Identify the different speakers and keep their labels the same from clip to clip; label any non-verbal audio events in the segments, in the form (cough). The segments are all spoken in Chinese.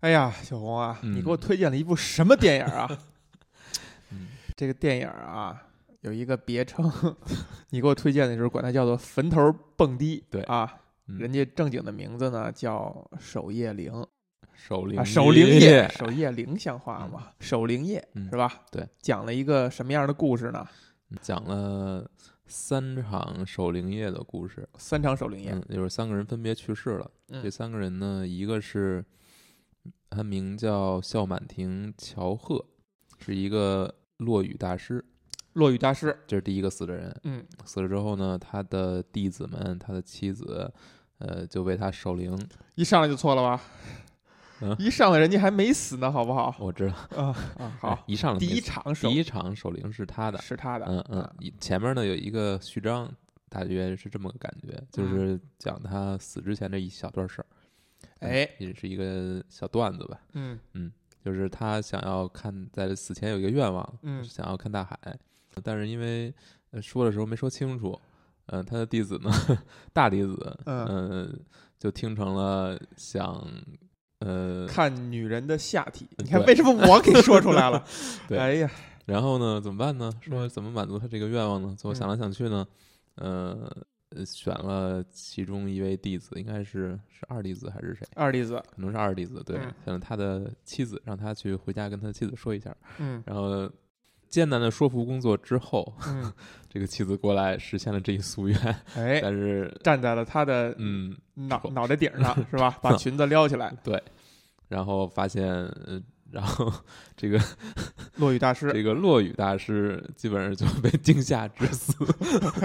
Speaker 1: 哎呀，小红啊，
Speaker 2: 嗯
Speaker 1: 你给我推荐了一部什么电影啊？ (laughs)
Speaker 2: 嗯
Speaker 1: 这个电影啊，有一个别称， (laughs) 你给我推荐的时候管它叫做“坟头蹦迪”。
Speaker 2: 对
Speaker 1: 啊，
Speaker 2: 嗯
Speaker 1: 人家正经的名字呢叫守夜灵
Speaker 2: 守灵
Speaker 1: 啊，
Speaker 2: 夜
Speaker 1: 守灵夜，守夜灵像话嘛，守灵夜
Speaker 2: 嗯
Speaker 1: 是吧？
Speaker 2: 对，
Speaker 1: 讲了一个什么样的故事呢？
Speaker 2: 讲了三场守灵夜的故事，
Speaker 1: 三场守灵夜
Speaker 2: 嗯，，就是三个人分别去世了。
Speaker 1: 嗯
Speaker 2: 这三个人呢，一个是他名叫孝满亭乔鹤，是一个落语大师，
Speaker 1: 落雨大师，
Speaker 2: 这是第一个死的人。
Speaker 1: 嗯，
Speaker 2: 死了之后呢，他的弟子们，他的妻子，呃，就为他守灵。
Speaker 1: 一上来就错了吧？
Speaker 2: 嗯
Speaker 1: 一上来人家还没死呢，好不好？
Speaker 2: 我知道，哎
Speaker 1: 啊啊，好，
Speaker 2: 一上来
Speaker 1: 第
Speaker 2: 没
Speaker 1: 一
Speaker 2: 死
Speaker 1: 场守
Speaker 2: 哦第一场守灵是他的，
Speaker 1: 是他的，
Speaker 2: 嗯嗯，一前面呢有一个序章，大约是这么个感觉，
Speaker 1: 嗯
Speaker 2: 就是讲他死之前的一小段事儿，嗯
Speaker 1: 哎，
Speaker 2: 也是一个小段子吧。
Speaker 1: 嗯
Speaker 2: 就是他想要看在死前有一个愿望，
Speaker 1: 嗯
Speaker 2: 想要看大海，但是因为呃说的时候没说清楚，嗯、他的弟子呢，大弟子，
Speaker 1: 嗯
Speaker 2: 呃就听成了想，呃，
Speaker 1: 看女人的下体，
Speaker 2: 嗯
Speaker 1: 你看
Speaker 2: 对？
Speaker 1: 为什么我给说出来了
Speaker 2: (laughs) 对
Speaker 1: 哎呀，
Speaker 2: 然后呢，怎么办呢？说
Speaker 1: 嗯
Speaker 2: 怎么满足他这个愿望呢？最后想来想去呢，呃，呃选了其中一位弟子，应该是是二弟子还是谁？
Speaker 1: 二弟子，
Speaker 2: 可能是二弟子，对，
Speaker 1: 嗯
Speaker 2: 选了他的妻子，让他去回家跟他妻子说一下。
Speaker 1: 嗯
Speaker 2: 然后艰难的说服工作之后，
Speaker 1: 嗯，
Speaker 2: 这个妻子过来实现了这一夙愿，
Speaker 1: 哎，
Speaker 2: 但是，
Speaker 1: 站在了他的
Speaker 2: 嗯，
Speaker 1: 脑
Speaker 2: 丑
Speaker 1: 脑袋顶
Speaker 2: (laughs)
Speaker 1: 上是吧？把裙子撩起来，
Speaker 2: 对，然后发现，呃然后 (laughs) 这个
Speaker 1: 落雨大师，
Speaker 2: 这个落雨大师基本上就被 (laughs) 惊吓致死。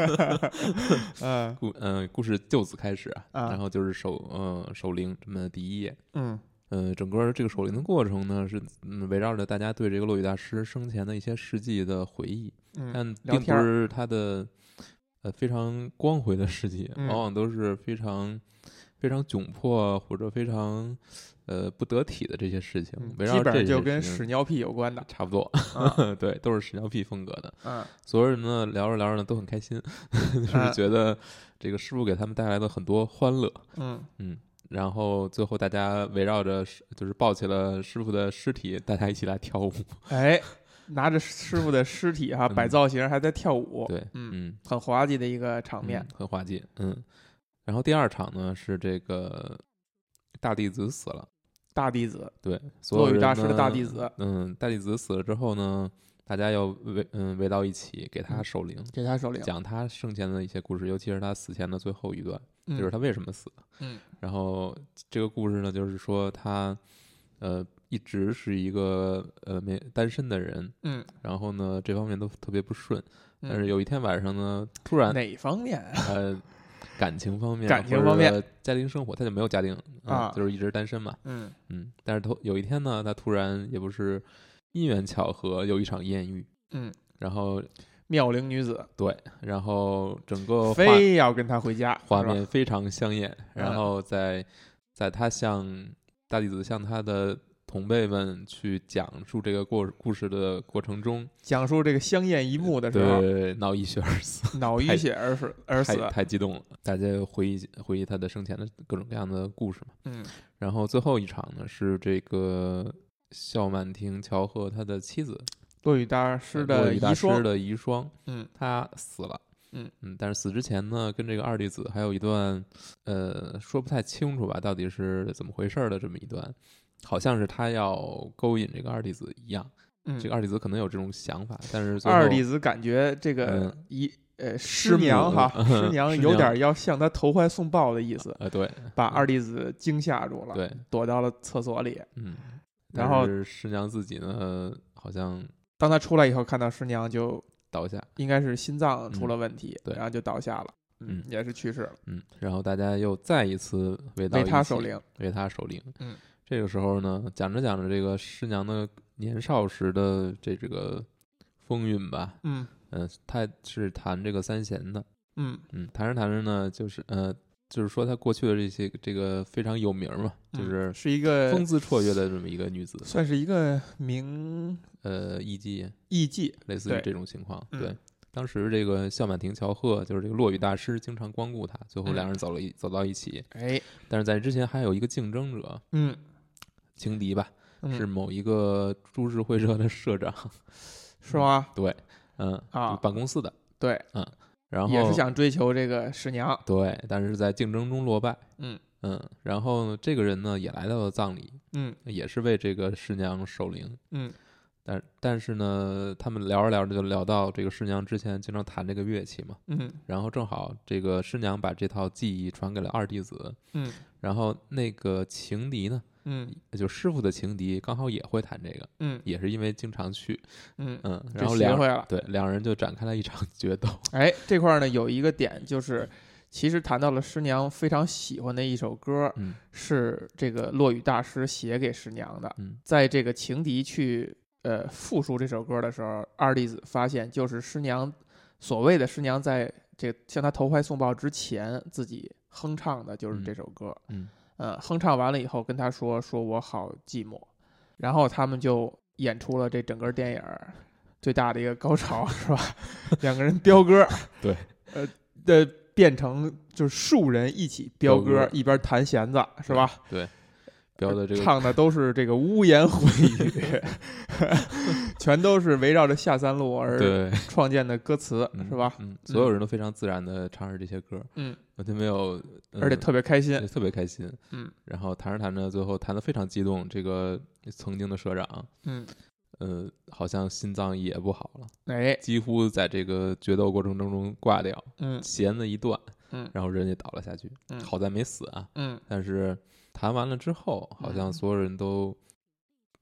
Speaker 1: (laughs) 嗯
Speaker 2: 故嗯、故事就此开始啊，
Speaker 1: 啊
Speaker 2: 然后就是守嗯、守灵这么第一页，
Speaker 1: 嗯
Speaker 2: 呃，整个这个守灵的过程呢是、嗯、围绕着大家对这个落雨大师生前的一些事迹的回忆，
Speaker 1: 嗯，
Speaker 2: 但
Speaker 1: 聊
Speaker 2: 并
Speaker 1: 天
Speaker 2: 不
Speaker 1: 儿
Speaker 2: 是他的呃非常光辉的事迹，
Speaker 1: 嗯
Speaker 2: 往往都是非常非常窘迫或者非常呃不得体的这些事情，
Speaker 1: 嗯
Speaker 2: 围绕
Speaker 1: 基
Speaker 2: 着
Speaker 1: 本
Speaker 2: 这
Speaker 1: 上就
Speaker 2: 些
Speaker 1: 跟
Speaker 2: 事情
Speaker 1: 屎尿屁有关 (laughs)
Speaker 2: (laughs)
Speaker 1: 的，
Speaker 2: 差不多，
Speaker 1: 啊
Speaker 2: 对，都是屎尿屁风格的。
Speaker 1: 嗯
Speaker 2: 所有人呢聊着聊着呢都很开心， (laughs) 就是
Speaker 1: 啊
Speaker 2: 觉得这个师傅给他们带来了很多欢乐。
Speaker 1: 嗯，
Speaker 2: 然后最后大家围绕着师就是抱起了师傅的尸体，大家一起来跳
Speaker 1: (laughs)
Speaker 2: 舞。
Speaker 1: 哎，拿着师傅的尸体哈
Speaker 2: 嗯
Speaker 1: 摆造型，还在跳舞，
Speaker 2: 对，
Speaker 1: 嗯，
Speaker 2: 嗯，
Speaker 1: 很滑稽的一个场面
Speaker 2: 嗯，很滑稽，嗯。然后第二场呢是这个大弟子死了，
Speaker 1: 大弟子，
Speaker 2: 对，所有
Speaker 1: 落雨
Speaker 2: 人
Speaker 1: 大师的
Speaker 2: 呢
Speaker 1: 大弟子，
Speaker 2: 嗯，大弟子死了之后呢，大家要围嗯围到一起给他
Speaker 1: 嗯
Speaker 2: 守灵，
Speaker 1: 给他手领，
Speaker 2: 讲他生前的一些故事，尤其是他死前的最后一段。
Speaker 1: 嗯
Speaker 2: 就是他为什么死。
Speaker 1: 嗯，
Speaker 2: 然后这个故事呢，就是说他呃一直是一个呃没单身的人，
Speaker 1: 嗯，
Speaker 2: 然后呢这方面都特别不顺，
Speaker 1: 嗯
Speaker 2: 但是有一天晚上呢，突然
Speaker 1: 哪方面啊？
Speaker 2: 呃。感情方面，
Speaker 1: 感情方面，
Speaker 2: 家庭生活，他就没有家庭嗯
Speaker 1: 啊
Speaker 2: 就是一直单身嘛，
Speaker 1: 嗯。
Speaker 2: 嗯。但是头有一天呢，他突然也不是因缘巧合，有一场艳遇，
Speaker 1: 嗯，
Speaker 2: 然后
Speaker 1: 妙龄女子
Speaker 2: 对，然后整个画
Speaker 1: 非要跟他回家，
Speaker 2: 呃画
Speaker 1: 是吧
Speaker 2: 面非常香艳。然
Speaker 1: 嗯
Speaker 2: 后在在他向大弟子向他的同辈们去讲述这个过故事的过程中，
Speaker 1: 讲述这个香艳一幕的时候，
Speaker 2: 对脑溢血而死，
Speaker 1: 脑溢血而死而
Speaker 2: 太
Speaker 1: 死。
Speaker 2: 太激动了。大家回忆回忆他的生前的各种各样的故事嘛。
Speaker 1: 嗯
Speaker 2: 然后最后一场呢是这个孝曼婷乔和他的妻子呃
Speaker 1: 落雨大师
Speaker 2: 洛
Speaker 1: 的
Speaker 2: 伊大
Speaker 1: 遗
Speaker 2: 师
Speaker 1: 孀，
Speaker 2: 的遗孀，
Speaker 1: 嗯，
Speaker 2: 他死了。
Speaker 1: 嗯
Speaker 2: 但是死之前呢，跟这个二弟子还有一段，呃，说不太清楚吧，到底是怎么回事儿的这么一段，好像是他要勾引这个二弟子一样。
Speaker 1: 嗯
Speaker 2: 这个二弟子可能有这种想法，但是最后
Speaker 1: 二弟子感觉这个
Speaker 2: 嗯
Speaker 1: 一呃
Speaker 2: 师
Speaker 1: 师
Speaker 2: 母
Speaker 1: 娘 (laughs) 哈，
Speaker 2: 嗯
Speaker 1: 师娘
Speaker 2: 师
Speaker 1: 有
Speaker 2: 娘
Speaker 1: 点要向他投怀送抱的意思，
Speaker 2: 呃，对
Speaker 1: 把二弟子惊吓住了，
Speaker 2: 对，
Speaker 1: 躲到了厕所里。
Speaker 2: 嗯，
Speaker 1: 然后
Speaker 2: 但是师娘自己呢，好像
Speaker 1: 当他出来以后，看到师娘就
Speaker 2: 倒下，
Speaker 1: 应该是心脏出了问题，
Speaker 2: 嗯对
Speaker 1: 然后就倒下了，
Speaker 2: 嗯
Speaker 1: 也是去世了，
Speaker 2: 嗯，然后大家又再一次围到
Speaker 1: 为
Speaker 2: 一
Speaker 1: 他
Speaker 2: 起
Speaker 1: 守灵。
Speaker 2: 为他守灵。
Speaker 1: 嗯，
Speaker 2: 这个时候呢，讲着讲着，这个师娘的年少时的这这个风韵吧，
Speaker 1: 嗯
Speaker 2: 嗯、她是弹这个三弦的，
Speaker 1: 嗯
Speaker 2: 嗯，弹着弹着呢，就是呃，就是说她过去的这些这个非常有名嘛，就
Speaker 1: 嗯
Speaker 2: 是
Speaker 1: 是一个
Speaker 2: 风姿绰约的这么一个女子，
Speaker 1: 算是一个名
Speaker 2: 呃，艺妓，
Speaker 1: 艺妓，
Speaker 2: 类似于
Speaker 1: 对
Speaker 2: 这种情况，
Speaker 1: 嗯
Speaker 2: 对。当时这个孝满亭乔鹤就是这个落雨大师，经常光顾她，最后
Speaker 1: 嗯
Speaker 2: 两人走了一、走到一起。
Speaker 1: 哎，
Speaker 2: 但是在之前还有一个竞争者，
Speaker 1: 嗯，
Speaker 2: 情敌吧，
Speaker 1: 嗯
Speaker 2: 是某一个株式会社的社长，
Speaker 1: 是吗？
Speaker 2: 对，嗯，
Speaker 1: 啊
Speaker 2: 就办公室的，
Speaker 1: 对，
Speaker 2: 嗯，然后
Speaker 1: 也是想追求这个师娘，
Speaker 2: 对，但是在竞争中落败，
Speaker 1: 嗯
Speaker 2: 嗯，然后呢，这个人呢也来到了葬礼，
Speaker 1: 嗯
Speaker 2: 也是为这个师娘守灵，
Speaker 1: 嗯
Speaker 2: 但但是呢，他们聊着聊着就聊到这个师娘之前经常弹这个乐器嘛，
Speaker 1: 嗯
Speaker 2: 然后正好这个师娘把这套技艺传给了二弟子，
Speaker 1: 嗯
Speaker 2: 然后那个情敌呢，
Speaker 1: 嗯
Speaker 2: 就师傅的情敌刚好也会弹这个，
Speaker 1: 嗯
Speaker 2: 也是因为经常去，
Speaker 1: 嗯，
Speaker 2: 嗯，
Speaker 1: 就
Speaker 2: 然后
Speaker 1: 学
Speaker 2: 两
Speaker 1: 会了。
Speaker 2: 对两人就展开了一场 (laughs) 决斗，
Speaker 1: 哎，这块儿呢有一个点就是，其实谈到了师娘非常喜欢的一首歌，
Speaker 2: 嗯
Speaker 1: 是这个落雨大师写给师娘的。
Speaker 2: 嗯
Speaker 1: 在这个情敌去呃复述这首歌的时候，二弟子发现就是师娘所谓的师娘在这个向他投怀送抱之前，自己哼唱的就是这首歌。
Speaker 2: 嗯
Speaker 1: 呃，哼唱完了以后跟他说：“说我好寂寞。”然后他们就演出了这整个电影儿最大的一个高潮， (laughs) 是吧？两个人飙歌，
Speaker 2: (laughs) 对，
Speaker 1: 呃的变成就是数人一起飙
Speaker 2: 飙
Speaker 1: 歌
Speaker 2: 歌，
Speaker 1: 一边弹弦子，是吧？
Speaker 2: 对，标的这个
Speaker 1: 唱的都是这个污言秽语，全都是围绕着下三路而
Speaker 2: 对。
Speaker 1: 创建的歌词，
Speaker 2: 嗯
Speaker 1: 是吧？
Speaker 2: 嗯，所有人都非常自然的唱着这些歌，
Speaker 1: 嗯，
Speaker 2: 完全没有，嗯
Speaker 1: 而且特别开心
Speaker 2: 对，特别开心。
Speaker 1: 嗯，
Speaker 2: 然后弹着弹着，最后弹得非常激动。这个曾经的社长，
Speaker 1: 嗯，
Speaker 2: 呃，好像心脏也不好了，
Speaker 1: 哎，
Speaker 2: 几乎在这个决斗过程当中挂掉，
Speaker 1: 嗯
Speaker 2: 弦子一断，
Speaker 1: 嗯
Speaker 2: 然后人也倒了下去。
Speaker 1: 嗯
Speaker 2: 好在没死啊，
Speaker 1: 嗯
Speaker 2: 但是弹完了之后，好像
Speaker 1: 嗯
Speaker 2: 所有人都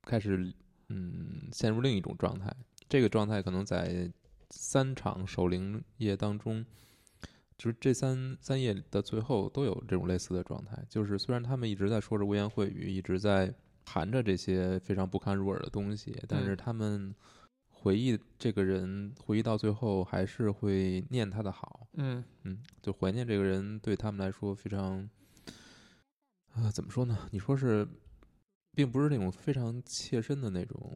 Speaker 2: 开始嗯陷入另一种状态。这个状态可能在三场守灵夜当中，就是这三三夜的最后都有这种类似的状态。就是虽然他们一直在说着污言秽语，一直在含着这些非常不堪入耳的东西，但是他们回忆这个人，回忆到最后还是会念他的好。
Speaker 1: 嗯
Speaker 2: 嗯，就怀念这个人对他们来说非常，啊、怎么说呢？你说是，并不是那种非常切身的那种，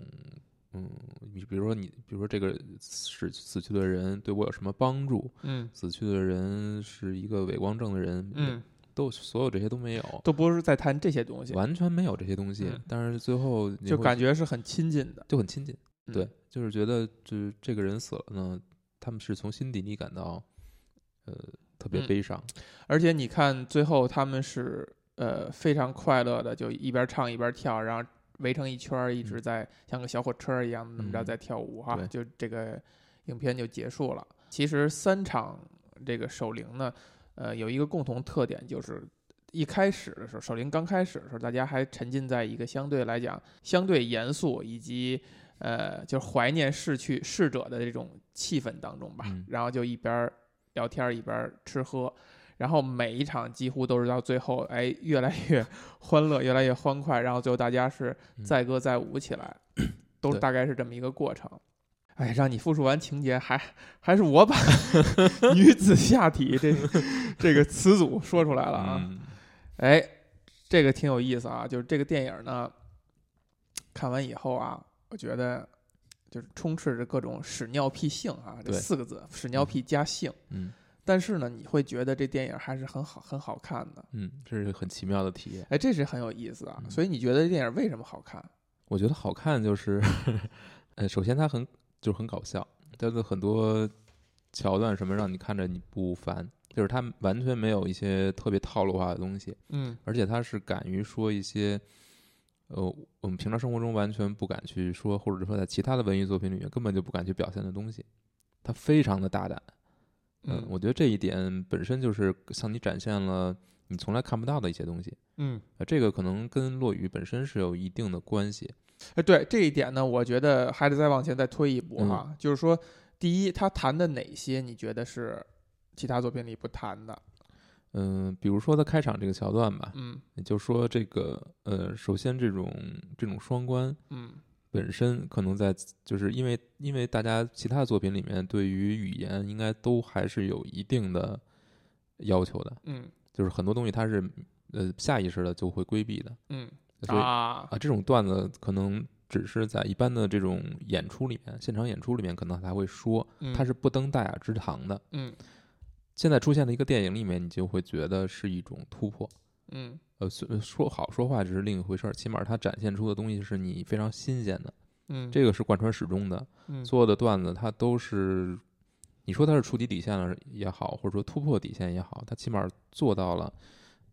Speaker 2: 嗯，你比如说你，比如说这个死死去的人对我有什么帮助？
Speaker 1: 嗯
Speaker 2: 死去的人是一个伪光正的人，，
Speaker 1: 嗯，
Speaker 2: 都所有这些都没有，
Speaker 1: 都不是在谈这些东西，
Speaker 2: 完全没有这些东西。
Speaker 1: 嗯
Speaker 2: 但是最后你
Speaker 1: 就
Speaker 2: 会
Speaker 1: 感觉是很亲近的。
Speaker 2: 就很亲近，
Speaker 1: 嗯
Speaker 2: 对，就是觉得就是这个人死了呢，他们是从心底里感到，呃，特别
Speaker 1: 嗯
Speaker 2: 悲伤。
Speaker 1: 而且你看，最后他们是呃非常快乐的，就一边唱一边跳，然后围成一圈儿，一直
Speaker 2: 嗯
Speaker 1: 在像个小火车儿一样那么着
Speaker 2: 嗯
Speaker 1: 在跳舞哈、
Speaker 2: 对
Speaker 1: 就这个影片就结束了。其实三场这个守灵呢，呃，有一个共同特点就是。一开始的时候，守灵刚开始的时候，大家还沉浸在一个相对来讲相对严肃以及呃，就是怀念逝去逝者的这种气氛当中吧。
Speaker 2: 嗯
Speaker 1: 然后就一边儿聊天儿一边儿吃喝，然后每一场几乎都是到最后，哎，越来越欢乐，越来越欢快，然后最后大家是
Speaker 2: 嗯
Speaker 1: 载歌载舞起来，都
Speaker 2: 对
Speaker 1: 大概是这么一个过程。哎，让你复述完情节，还还是我
Speaker 2: (laughs)
Speaker 1: 把女子下体这这个词组说出来了啊。
Speaker 2: 嗯
Speaker 1: 哎，这个挺有意思啊，就是这个电影呢，看完以后啊，我觉得就是充斥着各种屎尿屁性啊，这
Speaker 2: 对
Speaker 1: 四个字，屎尿屁加性。
Speaker 2: 嗯
Speaker 1: 但是呢，你会觉得这电影还是很好，很好看的。
Speaker 2: 嗯，这是很奇妙的体验。
Speaker 1: 哎，这是很有意思啊。
Speaker 2: 嗯
Speaker 1: 所以你觉得这电影为什么好看？
Speaker 2: 我觉得好看就是， (laughs) 呃，首先它很就是很搞笑，它的很多桥段什么让你看着你不烦，就是它完全没有一些特别套路化的东西，
Speaker 1: 嗯
Speaker 2: 而且它是敢于说一些。呃，我们平常生活中完全不敢去说，或者说在其他的文艺作品里面根本就不敢去表现的东西，它非常的大胆。嗯，我觉得这一点本身就是向你展现了你从来看不到的一些东西。
Speaker 1: 嗯，
Speaker 2: 呃，这个可能跟落雨本身是有一定的关系。
Speaker 1: 哎，对这一点呢，我觉得还得再往前再推一步啊。
Speaker 2: 嗯
Speaker 1: 就是说，第一，他谈的哪些你觉得是其他作品里不谈的？
Speaker 2: 嗯、比如说他开场这个桥段吧，
Speaker 1: 嗯
Speaker 2: 也就说这个呃，首先这种这种双关
Speaker 1: 嗯
Speaker 2: 本身可能在就是因为因为大家其他的作品里面对于语言应该都还是有一定的要求的，
Speaker 1: 嗯
Speaker 2: 就是很多东西它是呃下意识的就会规避的，
Speaker 1: 嗯
Speaker 2: 所以
Speaker 1: 啊，
Speaker 2: 啊，这种段子可能只是在一般的这种演出里面，现场演出里面可能才会说，它是不登大雅之堂的。
Speaker 1: 嗯
Speaker 2: 现在出现的一个电影里面，你就会觉得是一种突破，
Speaker 1: 嗯
Speaker 2: 呃，虽说好说话只是另一回事儿，起码它展现出的东西是你非常新鲜的，
Speaker 1: 嗯，
Speaker 2: 这个是贯穿始终的。
Speaker 1: 嗯
Speaker 2: 做的段子它都是，你说它是触及底线了也好，或者说突破底线也好，它起码做到了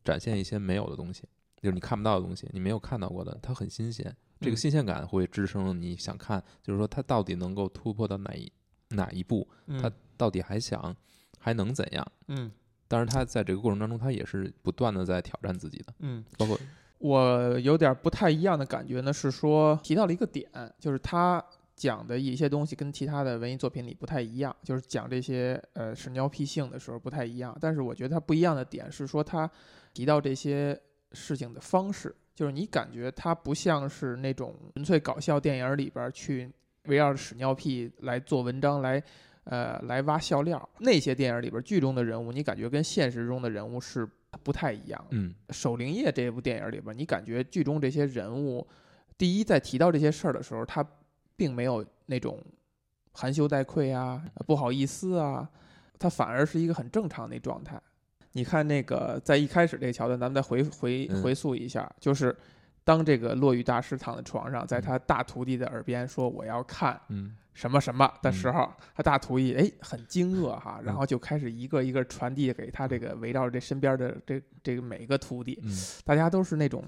Speaker 2: 展现一些没有的东西，就是你看不到的东西，你没有看到过的，它很新鲜。这
Speaker 1: 嗯
Speaker 2: 个新鲜感会支撑你想看，就是说它到底能够突破到哪一哪一步，
Speaker 1: 嗯
Speaker 2: 它到底还想还能怎样？
Speaker 1: 嗯
Speaker 2: 但是他在这个过程当中，他也是不断的在挑战自己的，
Speaker 1: 嗯，
Speaker 2: 包括
Speaker 1: 我有点不太一样的感觉呢，是说提到了一个点，就是他讲的一些东西跟其他的文艺作品里不太一样，就是讲这些呃屎尿屁性的时候不太一样。但是我觉得他不一样的点是嗯说他提到这些事情的方式，就是你感觉他不像是那种纯粹搞笑电影里边去围绕着屎尿屁来做文章来。呃，来挖笑料，那些电影里边剧中的人物，你感觉跟现实中的人物是不太一样的。
Speaker 2: 嗯
Speaker 1: 《守灵夜》这部电影里边，你感觉剧中这些人物，第一在提到这些事儿的时候，他并没有那种含羞带愧啊、呃不好意思啊，他反而是一个很正常的状态。你看那个在一开始这个桥段，咱们再回回
Speaker 2: 嗯
Speaker 1: 回溯一下，就是当这个落雨大师躺在床上，在他大徒弟的耳边说我要看
Speaker 2: 嗯
Speaker 1: 什么什么的时候，他大徒弟哎很惊愕哈，然后就开始一个一个传递给他这个围绕着这身边的这这个每一个徒弟，
Speaker 2: 嗯
Speaker 1: 大家都是那种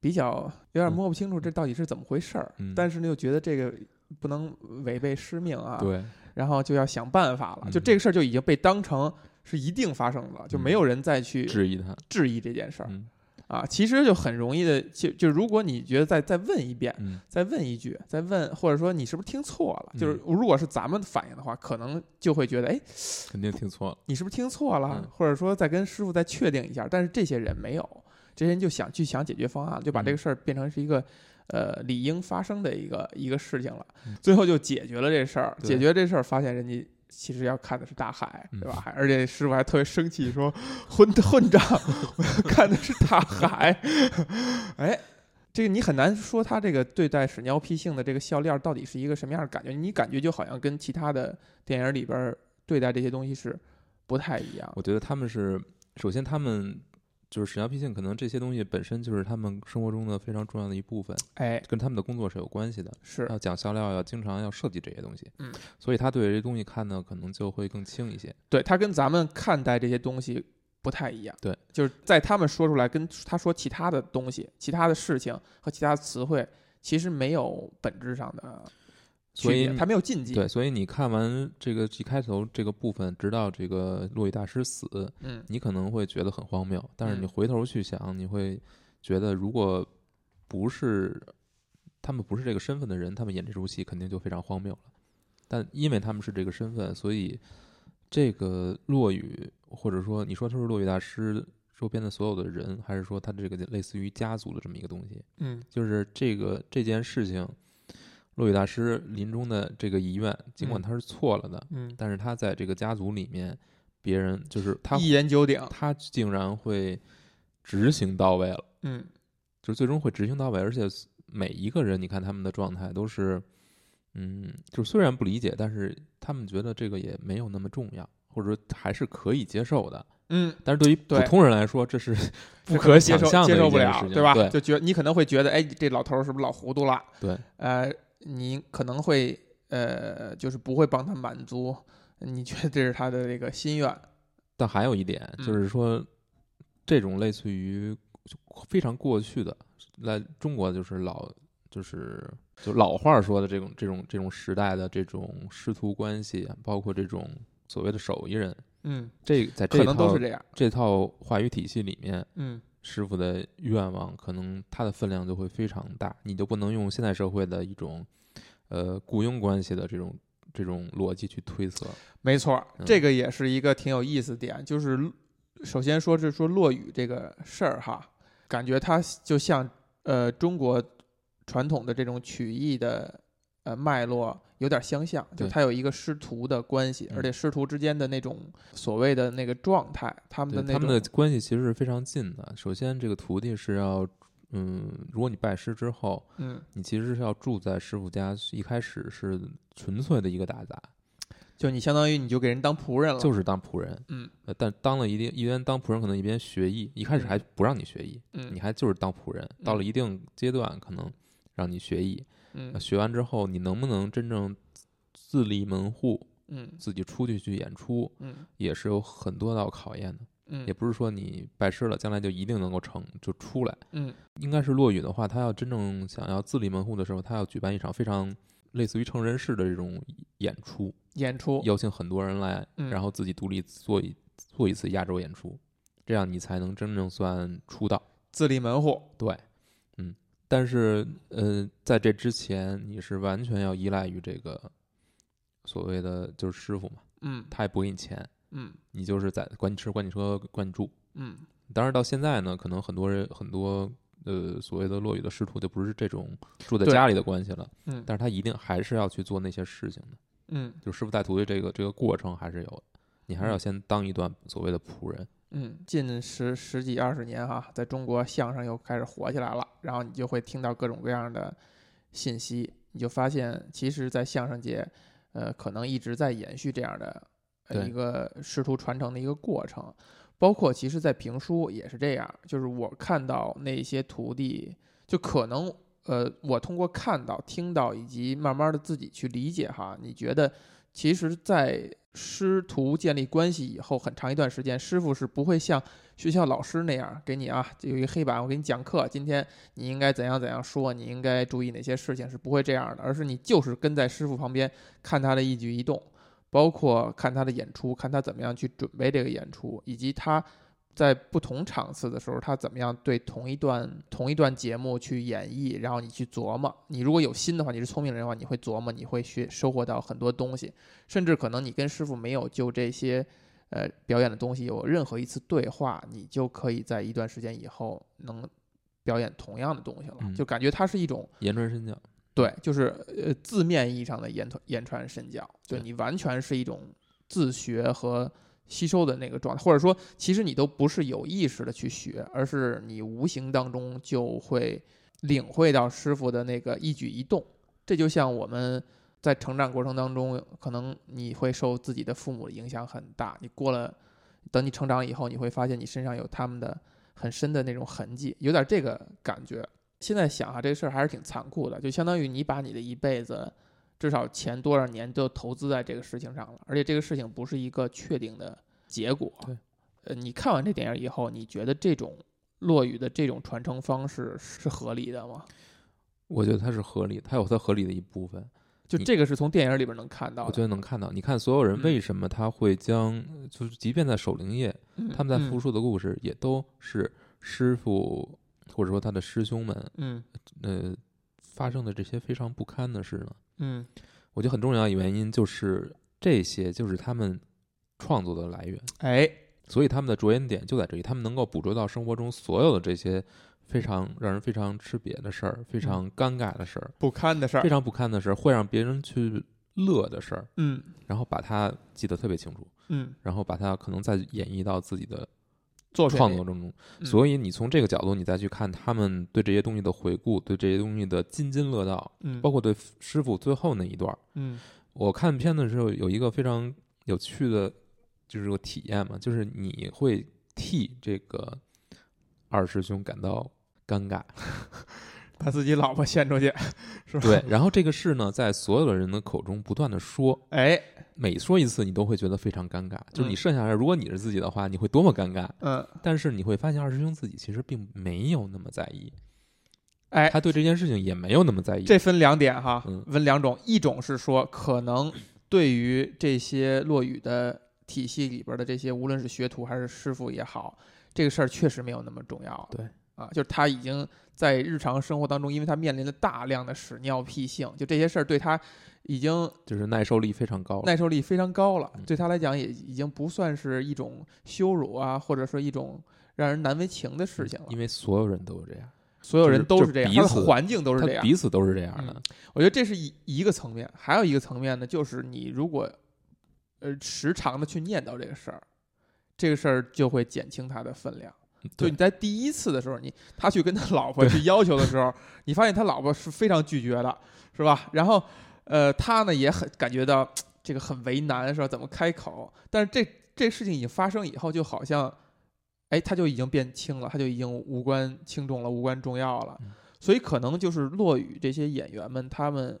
Speaker 1: 比较有点
Speaker 2: 嗯
Speaker 1: 摸不清楚这到底是怎么回事儿，
Speaker 2: 嗯
Speaker 1: 但是呢又觉得这个不能违背师命啊，
Speaker 2: 对，
Speaker 1: 然后就要想办法了。
Speaker 2: 嗯
Speaker 1: 就这个事儿就已经被当成是一定发生了，就没有人再去
Speaker 2: 质疑他，
Speaker 1: 质疑这件事儿
Speaker 2: 嗯
Speaker 1: 啊。其实就很容易的，就就如果你觉得再再问一遍。
Speaker 2: 嗯
Speaker 1: 再问一句，再问，或者说你是不是听错了？
Speaker 2: 嗯
Speaker 1: 就是如果是咱们反应的话，可能就会觉得，哎，
Speaker 2: (laughs) 肯定听错了，
Speaker 1: 你是不是听错了
Speaker 2: 嗯？
Speaker 1: 或者说再跟师傅再确定一下？但是这些人没有，这些人就想去想解决方案，就把
Speaker 2: 嗯
Speaker 1: 这个事儿变成是一个。呃，理应发生的一个一个事情了
Speaker 2: 嗯，
Speaker 1: (laughs) 最后就解决了这事儿。
Speaker 2: 对
Speaker 1: 解决这事儿，发现人家其实要看的是大海，
Speaker 2: 嗯
Speaker 1: 对吧？还而且师傅还特别生气说：“混混账，我要看的是大海。”哎，这个你很难说他这个对待屎尿屁性的这个笑料到底是一个什么样的感觉。你感觉就好像跟其他的电影里边儿对待这些东西是不太一样。
Speaker 2: 我觉得他们是，首先他们就是屎尿屁性，可能这些东西本身就是他们生活中的非常重要的一部分，
Speaker 1: 哎，
Speaker 2: 跟他们的工作是有关系的。
Speaker 1: 是，
Speaker 2: 要讲笑料，要经常要设计这些东西，
Speaker 1: 嗯，
Speaker 2: 所以他对这东西看呢，可能就会更轻一些。
Speaker 1: 对，它跟咱们看待这些东西不太一样。
Speaker 2: 对，
Speaker 1: 就是在他们说出来，跟他说其他的东西、其他的事情和其他词汇，其实没有本质上的区
Speaker 2: 所以
Speaker 1: 别，它没有禁忌。
Speaker 2: 对，，所以你看完这个一开头这个部分，直到这个落雨大师死，
Speaker 1: 嗯
Speaker 2: 你可能会觉得很荒谬，但是
Speaker 1: 嗯
Speaker 2: 你回头去想，你会觉得如果不是他们不是这个身份的人，他们演这出戏肯定就非常荒谬了。但因为他们是这个身份，所以这个落雨，或者说你说他是落雨大师周边的所有的人，还是说他这个类似于家族的这么一个东西，
Speaker 1: 嗯
Speaker 2: 就是这个这件事情，落雨大师临终的这个遗愿，尽管
Speaker 1: 嗯
Speaker 2: 他是错了的，
Speaker 1: 嗯，
Speaker 2: 但是他在这个家族里面，别人就是他
Speaker 1: 一言九鼎。
Speaker 2: 他竟然会执行到位了，
Speaker 1: 嗯
Speaker 2: 就是最终会执行到位，而且每一个人，你看他们的状态都是，嗯，就是虽然不理解，但是他们觉得这个也没有那么重要，或者说还是可以接受的。
Speaker 1: 嗯，
Speaker 2: 但是对于普
Speaker 1: 对
Speaker 2: 通人来说，这是 (laughs) 不
Speaker 1: 这
Speaker 2: 可
Speaker 1: 接
Speaker 2: 想
Speaker 1: 受
Speaker 2: 象的
Speaker 1: 接受
Speaker 2: 一
Speaker 1: 不
Speaker 2: 件
Speaker 1: 了
Speaker 2: 事，情，
Speaker 1: 吧？
Speaker 2: 对
Speaker 1: 就觉你可能会觉得，哎，这老头儿是不是老糊涂了？
Speaker 2: 对，
Speaker 1: 呃，你可能会呃，就是不会帮他满足，你觉得这是他的这个心愿。
Speaker 2: 但还有一点
Speaker 1: 嗯
Speaker 2: 就是说，这种类似于非常过去的，来中国就是老就是就老话说的这种这种这种时代的这种师徒关系，包括这种所谓的手艺人，
Speaker 1: 嗯，
Speaker 2: 这在这
Speaker 1: 可
Speaker 2: 套
Speaker 1: 能都是这样。
Speaker 2: 这套话语体系里面，
Speaker 1: 嗯
Speaker 2: 师傅的愿望可能它的分量就会非常大，你就不能用现代社会的一种呃雇佣关系的这种这种逻辑去推测，，
Speaker 1: 没错儿，
Speaker 2: 嗯
Speaker 1: 这个也是一个挺有意思的点，就是首先说是说落雨这个事儿哈，感觉它就像呃中国传统的这种曲艺的呃脉络有点相像，就
Speaker 2: 对
Speaker 1: 它有一个师徒的关系，
Speaker 2: 嗯
Speaker 1: 而且师徒之间的那种所谓的那个状态，他们的
Speaker 2: 对
Speaker 1: 那
Speaker 2: 他
Speaker 1: 种
Speaker 2: 们的关系其实是非常近的。首先，这个徒弟是要，嗯，如果你拜师之后，
Speaker 1: 嗯
Speaker 2: 你其实是要住在师傅家，一开始是纯粹的一个打杂，
Speaker 1: 就你相当于你就给人当仆人了，
Speaker 2: 就是当仆人。
Speaker 1: 嗯
Speaker 2: 呃，但当了一定一边当仆人，可能一边学艺，一开始还不让你学艺，
Speaker 1: 嗯，
Speaker 2: 你还就是当仆人。到了一定阶段，可能让你学艺，
Speaker 1: 嗯
Speaker 2: 那学完之后，你能不能真正自立门户，
Speaker 1: 嗯
Speaker 2: 自己出去去演出，
Speaker 1: 嗯
Speaker 2: 也是有很多道考验的。
Speaker 1: 嗯
Speaker 2: 也不是说你拜师了，将来就一定能够成就出来。
Speaker 1: 嗯
Speaker 2: 应该是落雨的话，他要真正想要自立门户的时候，他要举办一场非常类似于成人式的这种演出，
Speaker 1: 演出，
Speaker 2: 邀请很多人来，
Speaker 1: 嗯
Speaker 2: 然后自己独立做一做一次压轴演出，这样你才能真正算出道。
Speaker 1: 自立门户，
Speaker 2: 对，嗯，但是呃，在这之前，你是完全要依赖于这个所谓的就是师傅嘛，
Speaker 1: 嗯
Speaker 2: 他也不给你钱，
Speaker 1: 嗯
Speaker 2: 你就是在管你吃、管你车、管你住。
Speaker 1: 嗯
Speaker 2: 当然，到现在呢，可能很多人很多呃所谓的落雨的师徒就不是这种住在
Speaker 1: 对
Speaker 2: 家里的关系了，
Speaker 1: 嗯
Speaker 2: 但是他一定还是要去做那些事情的，
Speaker 1: 嗯
Speaker 2: 就师傅带徒弟这个这个过程还是有的。你还是要先当一段所谓的仆人，
Speaker 1: 嗯，近十十几二十年哈、在中国相声又开始火起来了，然后你就会听到各种各样的信息，你就发现，其实，在相声界，呃，可能一直在延续这样的、呃、
Speaker 2: 对
Speaker 1: 一个师徒传承的一个过程，包括其实，在评书也是这样，就是我看到那些徒弟，就可能。呃，我通过看到、听到以及慢慢的自己去理解哈，你觉得其实，在师徒建立关系以后，很长一段时间，师傅是不会像学校老师那样给你啊，有一个黑板，我给你讲课，今天你应该怎样怎样说，你应该注意哪些事情，是不会这样的，而是你就是跟在师傅旁边看他的一举一动，包括看他的演出，看他怎么样去准备这个演出，以及他。在不同场次的时候，他怎么样对同一段同一段节目去演绎，然后你去琢磨。你如果有心的话，你是聪明人的话，你会琢磨，你会学收获到很多东西。甚至可能你跟师傅没有就这些呃表演的东西有任何一次对话，你就可以在一段时间以后能表演同样的东西了，
Speaker 2: 嗯
Speaker 1: 就感觉它是一种
Speaker 2: 言传身教。
Speaker 1: 对，就是呃字面意义上的言传言传身教，就
Speaker 2: 对
Speaker 1: 你完全是一种自学和吸收的那个状态，或者说其实你都不是有意识的去学，而是你无形当中就会领会到师傅的那个一举一动。这就像我们在成长过程当中，可能你会受自己的父母的影响很大，你过了等你成长以后，你会发现你身上有他们的很深的那种痕迹，有点这个感觉。现在想啊，这事儿还是挺残酷的，就相当于你把你的一辈子，至少前多少年都投资在这个事情上了，而且这个事情不是一个确定的结果。
Speaker 2: 对，
Speaker 1: 呃，你看完这电影以后，你觉得这种落雨的这种传承方式是合理的吗？
Speaker 2: 我觉得它是合理，它有它合理的一部分。
Speaker 1: 就
Speaker 2: 你
Speaker 1: 这个是从电影里边能看到的。
Speaker 2: 我觉得能看到，嗯你看所有人为什么他会将，就是即便在守灵夜，
Speaker 1: 嗯
Speaker 2: 他们在复，述的故事也都是师傅或者说他的师兄们，
Speaker 1: 嗯
Speaker 2: 呃，发生的这些非常不堪的事呢。
Speaker 1: 嗯嗯，
Speaker 2: 我觉得很重要的原因就是这些就是他们创作的来源，
Speaker 1: 哎，
Speaker 2: 所以他们的着眼点就在这里，他们能够捕捉到生活中所有的这些非常让人非常吃瘪的事儿，非常尴尬的事儿，
Speaker 1: 不堪的事
Speaker 2: 非，常不堪的事儿，会让别人去乐的事儿，
Speaker 1: 嗯
Speaker 2: 然后把它记得特别清楚。
Speaker 1: 嗯，
Speaker 2: 然后把它可能再演绎到自己的
Speaker 1: 作品
Speaker 2: 创
Speaker 1: 里
Speaker 2: 作当中。
Speaker 1: 嗯
Speaker 2: 所以你从这个角度，你再去看他们对这些东西的回顾，对这些东西的津津乐道，
Speaker 1: 嗯，
Speaker 2: 包括对师傅最后那一段儿。
Speaker 1: 嗯
Speaker 2: 我看片的时候有一个非常有趣的，就是个体验嘛，就是你会替这个二师兄感到尴
Speaker 1: (laughs)
Speaker 2: 尬，
Speaker 1: 把自己老婆献出去，是吧？
Speaker 2: 对。，然后这个事呢，在所有的人的口中不断的说，
Speaker 1: 哎，
Speaker 2: 每说一次你都会觉得非常尴尬。就是你
Speaker 1: 嗯
Speaker 2: 剩下来，如果你是自己的话，你会多么尴尬？
Speaker 1: 嗯
Speaker 2: 但是你会发现二师兄自己其实并没有那么在意，
Speaker 1: 哎，
Speaker 2: 他对这件事情也没有那么在意。
Speaker 1: 这分两点哈
Speaker 2: 嗯，
Speaker 1: 分两种，一种是说可能对于这些落雨的体系里边的这些，无论是学徒还是师傅也好，这个事儿确实没有那么重要了。
Speaker 2: 对。
Speaker 1: 啊，就是他已经在日常生活当中，因为他面临了大量的屎尿屁性，就这些事儿对他已经
Speaker 2: 就是耐受力非常高了。
Speaker 1: 耐受力非常高了
Speaker 2: 哦嗯，
Speaker 1: 对他来讲也已经不算是一种羞辱啊，或者说一种让人难为情的事情了
Speaker 2: 嗯因。为所有人都是这样，
Speaker 1: 所有
Speaker 2: 就是
Speaker 1: 人都
Speaker 2: 就是
Speaker 1: 这样，
Speaker 2: 彼
Speaker 1: 他的
Speaker 2: 此
Speaker 1: 环境都是
Speaker 2: 他
Speaker 1: 这样，
Speaker 2: 彼此都是这样的。
Speaker 1: 我觉得这是一一个层面，还有一个层面呢，就是你如果呃时常的去念叨这个事儿，这个事儿就会减轻它的分量。就
Speaker 2: 对
Speaker 1: 你在第一次的时候，你他去跟他老婆去要求的时候，你发现他老婆是非常拒绝的，是吧？然后呃，他呢也很感觉到这个很为难，是吧？怎么开口？但是这这事情已经发生以后，就好像，哎，他就已经变轻了，他就已经无关轻重了，无关重要了
Speaker 2: 嗯。
Speaker 1: 所以可能就是落雨这些演员们，他们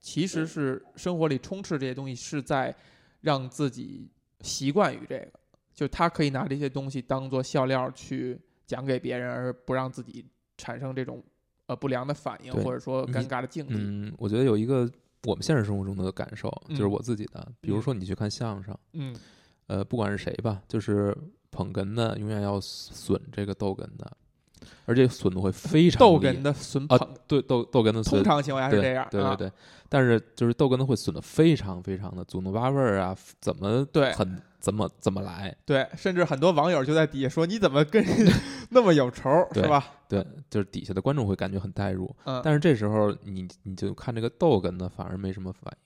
Speaker 1: 其实是生活里充斥这些东西，是在让自己习惯于这个，就他可以拿这些东西当做笑料去讲给别人，而不让自己产生这种呃不良的反应，
Speaker 2: 对
Speaker 1: 或者说尴尬的境地。
Speaker 2: 嗯，我觉得有一个我们现实生活中的感受，就是
Speaker 1: 嗯
Speaker 2: 我自己的，比如说你去看相声，
Speaker 1: 嗯
Speaker 2: 呃，不管是谁吧，就是捧哏的永远要损这个逗哏的，而且损的会非常
Speaker 1: 逗
Speaker 2: 厉害
Speaker 1: 哏的损
Speaker 2: 啊
Speaker 1: 捧，
Speaker 2: 对逗逗哏的损
Speaker 1: 通，常情况下是
Speaker 2: 对
Speaker 1: 这样，
Speaker 2: 对对
Speaker 1: 啊
Speaker 2: 对，但是就是逗哏的会损的非常非常的祖宗八辈儿啊，怎么
Speaker 1: 对
Speaker 2: 很怎么怎么来，
Speaker 1: 对，甚至很多网友就在底下说：“你怎么跟
Speaker 2: (laughs)
Speaker 1: 人那么有仇儿，是
Speaker 2: 对
Speaker 1: 吧
Speaker 2: 对，就是底下的观众会感觉很代入，？”
Speaker 1: 嗯，
Speaker 2: 但是这时候你你就看这个逗哏的反而没什么反应。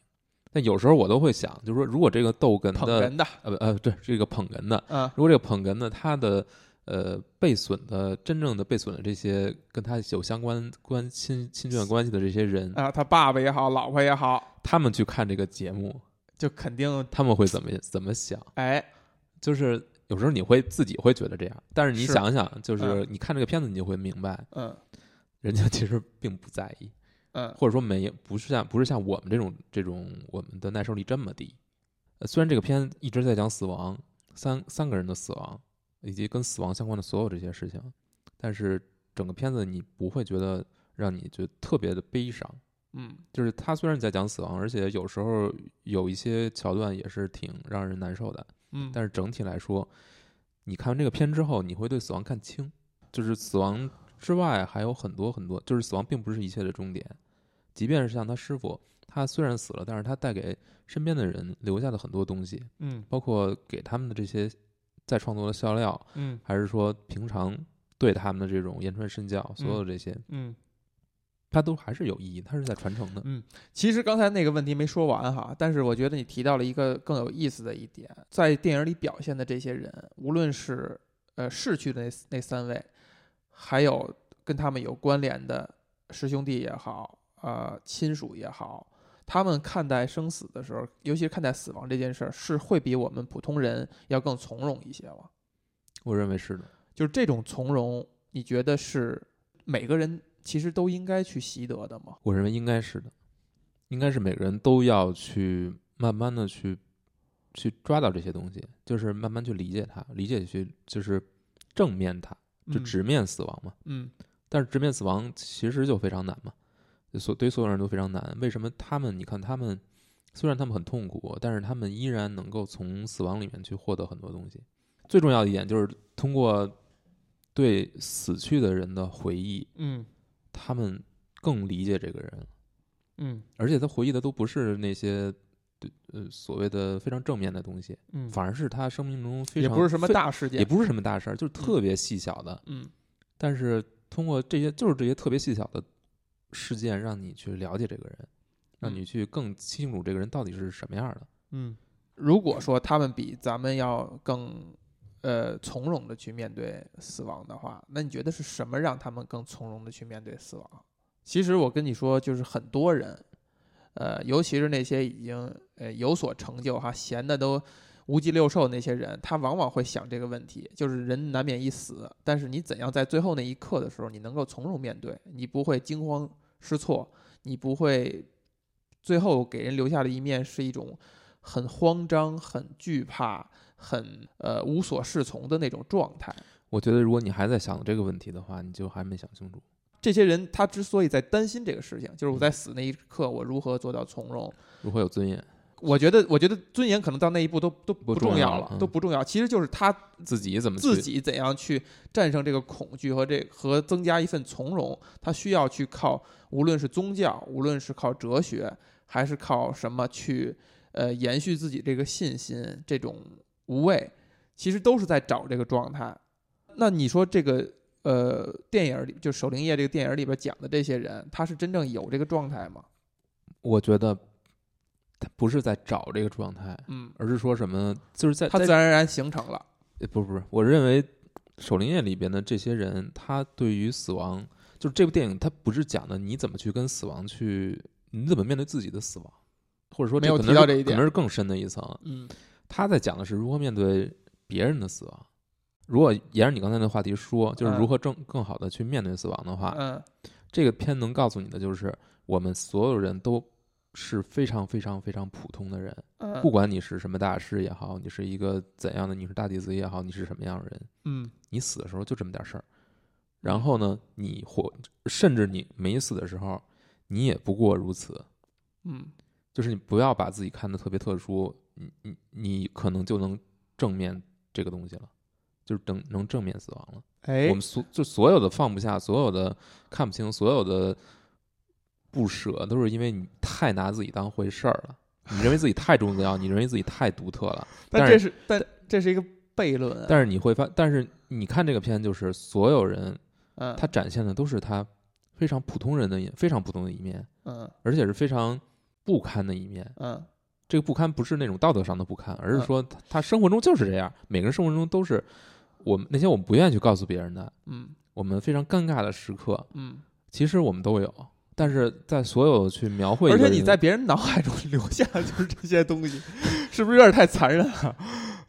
Speaker 2: 但有时候我都会想，就是说，如果这个逗哏
Speaker 1: 捧
Speaker 2: 的
Speaker 1: 哏的，
Speaker 2: 呃不呃，对，这个捧哏的，
Speaker 1: 嗯
Speaker 2: 如果这个捧哏的他的呃被损的真正的被损的这些跟他有相关关亲亲眷关系的这些人，
Speaker 1: 啊，他爸爸也好，老婆也好，
Speaker 2: 他们去看这个节目，
Speaker 1: 就肯定
Speaker 2: 他们会怎么怎么想？
Speaker 1: 哎，
Speaker 2: 就是有时候你会自己会觉得这样，但是你
Speaker 1: 是
Speaker 2: 想想，就是你看这个片子，你就会明白，
Speaker 1: 嗯
Speaker 2: 人家其实并不在意，
Speaker 1: 嗯
Speaker 2: 或者说没有不是像不是像我们这种这种我们的耐受力这么低。呃虽然这个片一直在讲死亡，三三个人的死亡以及跟死亡相关的所有这些事情，但是整个片子你不会觉得让你觉得特别的悲伤。
Speaker 1: 嗯，
Speaker 2: 就是他虽然在讲死亡，而且有时候有一些桥段也是挺让人难受的，
Speaker 1: 嗯，
Speaker 2: 但是整体来说，你看完这个片之后，你会对死亡看清，就是死亡之外还有很多很多，就是死亡并不是一切的终点。即便是像他师傅，他虽然死了，但是他带给身边的人留下的很多东西，
Speaker 1: 嗯
Speaker 2: 包括给他们的这些再创作的笑料，
Speaker 1: 嗯
Speaker 2: 还是说平常对他们的这种言传身教，所有这些，
Speaker 1: 嗯，
Speaker 2: 他都还是有意义，他是在传承的。
Speaker 1: 其实刚才那个问题没说完哈，但是我觉得你提到了一个更有意思的一点，在电影里表现的这些人，无论是呃逝去的那那三位，还有跟他们有关联的师兄弟也好，呃亲属也好，他们看待生死的时候，尤其是看待死亡这件事儿，是会比我们普通人要更从容一些吗？
Speaker 2: 我认为是的。
Speaker 1: 就是这种从容，你觉得是每个人其实都应该去习得的吗？
Speaker 2: 我认为应该是的，应该是每个人都要去慢慢的去去抓到这些东西，就是慢慢去理解它，理解去就是正面它，就
Speaker 1: 嗯
Speaker 2: 直面死亡嘛。
Speaker 1: 嗯
Speaker 2: 但是直面死亡其实就非常难嘛，就所对于所有人都非常难。为什么他们？你看他们，虽然他们很痛苦，但是他们依然能够从死亡里面去获得很多东西。最重要的一点就是通过对死去的人的回忆，
Speaker 1: 嗯
Speaker 2: 他们更理解这个人。
Speaker 1: 嗯
Speaker 2: 而且他回忆的都不是那些对呃所谓的非常正面的东西，
Speaker 1: 嗯，
Speaker 2: 反而是他生命中非
Speaker 1: 也
Speaker 2: 常
Speaker 1: 不是什么
Speaker 2: 非，
Speaker 1: 大事件，
Speaker 2: 也不是什么大事儿，就是特别细小的。
Speaker 1: 嗯
Speaker 2: 但是通过这些，就是这些特别细小的事件，让你去了解这个人，让你去更清楚这个人到底是什么样的。
Speaker 1: 嗯，如果说他们比咱们要更呃从容的去面对死亡的话，那你觉得是什么让他们更从容的去面对死亡？其实我跟你说，就是很多人，呃，尤其是那些已经呃有所成就哈，闲的都无鸡六兽那些人，他往往会想这个问题，就是人难免一死，但是你怎样在最后那一刻的时候，你能够从容面对，你不会惊慌失措，你不会最后给人留下的一面是一种很慌张、很惧怕、很呃无所适从的那种状态。
Speaker 2: 我觉得如果你还在想这个问题的话，你就还没想清楚。
Speaker 1: 这些人他之所以在担心这个事情，就是我在死那一刻，我如何做到从容。
Speaker 2: 如何有尊严，
Speaker 1: 我觉得，我觉得尊严可能到那一步都都不
Speaker 2: 不重
Speaker 1: 重
Speaker 2: 要
Speaker 1: 要
Speaker 2: 了
Speaker 1: 了，
Speaker 2: 嗯
Speaker 1: 都不重要。其实就是他
Speaker 2: 自己怎么去
Speaker 1: 自己怎样去战胜这个恐惧和这和增加一份从容，他需要去靠无论是宗教，无论是靠哲学，还是靠什么去呃延续自己这个信心，这种无畏，其实都是在找这个状态。那你说这个呃电影里就《守灵夜》这个电影里边讲的这些人，他是真正有这个状态吗？
Speaker 2: 我觉得他不是在找这个状态，
Speaker 1: 嗯，
Speaker 2: 而是说什么，就是在
Speaker 1: 他
Speaker 2: 在
Speaker 1: 自然而然形成了。
Speaker 2: 呃不是不是，我认为《守灵夜》里边的这些人，他对于死亡，就是这部电影，它不是讲的你怎么去跟死亡去，你怎么面对自己的死亡，或者说
Speaker 1: 没有
Speaker 2: 可
Speaker 1: 提
Speaker 2: 能
Speaker 1: 到
Speaker 2: 是
Speaker 1: 这一点
Speaker 2: 可能是更深的一层。
Speaker 1: 嗯
Speaker 2: 他在讲的是如何面对别人的死亡。如果沿着你刚才的话题说，就是
Speaker 1: 嗯
Speaker 2: 如何正更好的去面对死亡的话，
Speaker 1: 嗯
Speaker 2: 这个片能告诉你的就是，我们所有人都是非常非常非常普通的人，
Speaker 1: 嗯，
Speaker 2: 不管你是什么大师也好，你是一个怎样的，你是大弟子也好，你是什么样的人，
Speaker 1: 嗯
Speaker 2: 你死的时候就这么点事儿。然后呢，你活，甚至你没死的时候，你也不过如此。
Speaker 1: 嗯
Speaker 2: 就是你不要把自己看得特别特殊，你你你可能就能正面这个东西了，就是能能正面死亡了。
Speaker 1: 哎
Speaker 2: 我们所就所有的放不下，所有的看不清，所有的不舍，都是因为你太拿自己当回事儿了。你认为自己太重要，你认为自己太独特了，
Speaker 1: 但
Speaker 2: 但
Speaker 1: 这
Speaker 2: 是
Speaker 1: 是哎但这是一个悖论啊，
Speaker 2: 但是你会发，但是你看这个片，就是所有人
Speaker 1: 嗯
Speaker 2: 他展现的都是他非常普通人的一非常普通的一面，
Speaker 1: 嗯
Speaker 2: 而且是非常不堪的一面。
Speaker 1: 嗯
Speaker 2: 这个不堪不是那种道德上的不堪，而
Speaker 1: 嗯
Speaker 2: 是说他他生活中就是这样，每个人生活中都是我们那些我们不愿意去告诉别人的，
Speaker 1: 嗯
Speaker 2: 我们非常尴尬的时刻，
Speaker 1: 嗯，
Speaker 2: 其实我们都有，但是在所有去描绘一
Speaker 1: 而
Speaker 2: 个人，
Speaker 1: 且你在别人脑海中 (laughs) 留下的就是这些东
Speaker 2: (laughs)
Speaker 1: 西，是不是有点太残忍了？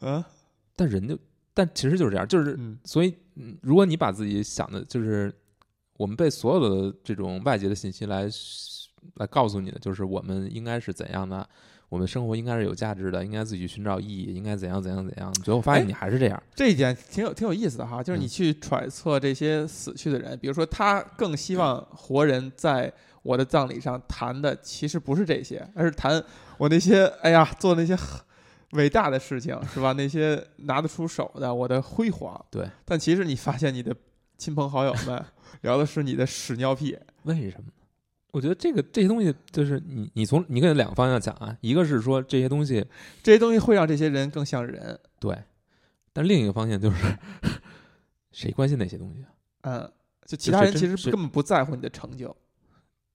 Speaker 1: (laughs) 嗯
Speaker 2: 但人就但其实就是这样，就是
Speaker 1: 嗯
Speaker 2: 所以嗯如果你把自己想的就是我们被所有的这种外界的信息来来告诉你的，就是我们应该是怎样的。我们生活应该是有价值的，应该自己去寻找意义，应该怎样怎样怎样。最后发
Speaker 1: 哎
Speaker 2: 现你还是这样，
Speaker 1: 这一点挺有挺有意思的哈，就是你
Speaker 2: 嗯
Speaker 1: 去揣测这些死去的人，比如说他更希
Speaker 2: 嗯
Speaker 1: 望活人在我的葬礼上谈的其实不是这些，而是谈我那些哎呀做那些很伟大的事情是吧？那些拿得出手的我的辉煌。
Speaker 2: 对，
Speaker 1: 但其实你发现你的亲朋好友们聊的是你的屎尿屁。
Speaker 2: 为什么呢？我觉得这个这些东西就是你你从你可以两个方向讲啊，一个是说这些东西
Speaker 1: 这些东西会让这些人更像人。
Speaker 2: 对，但另一个方向就是 (laughs) 谁关心那些东西啊？
Speaker 1: 嗯，就其他人
Speaker 2: 这
Speaker 1: 其实
Speaker 2: 真是
Speaker 1: 根本不在乎你的成就。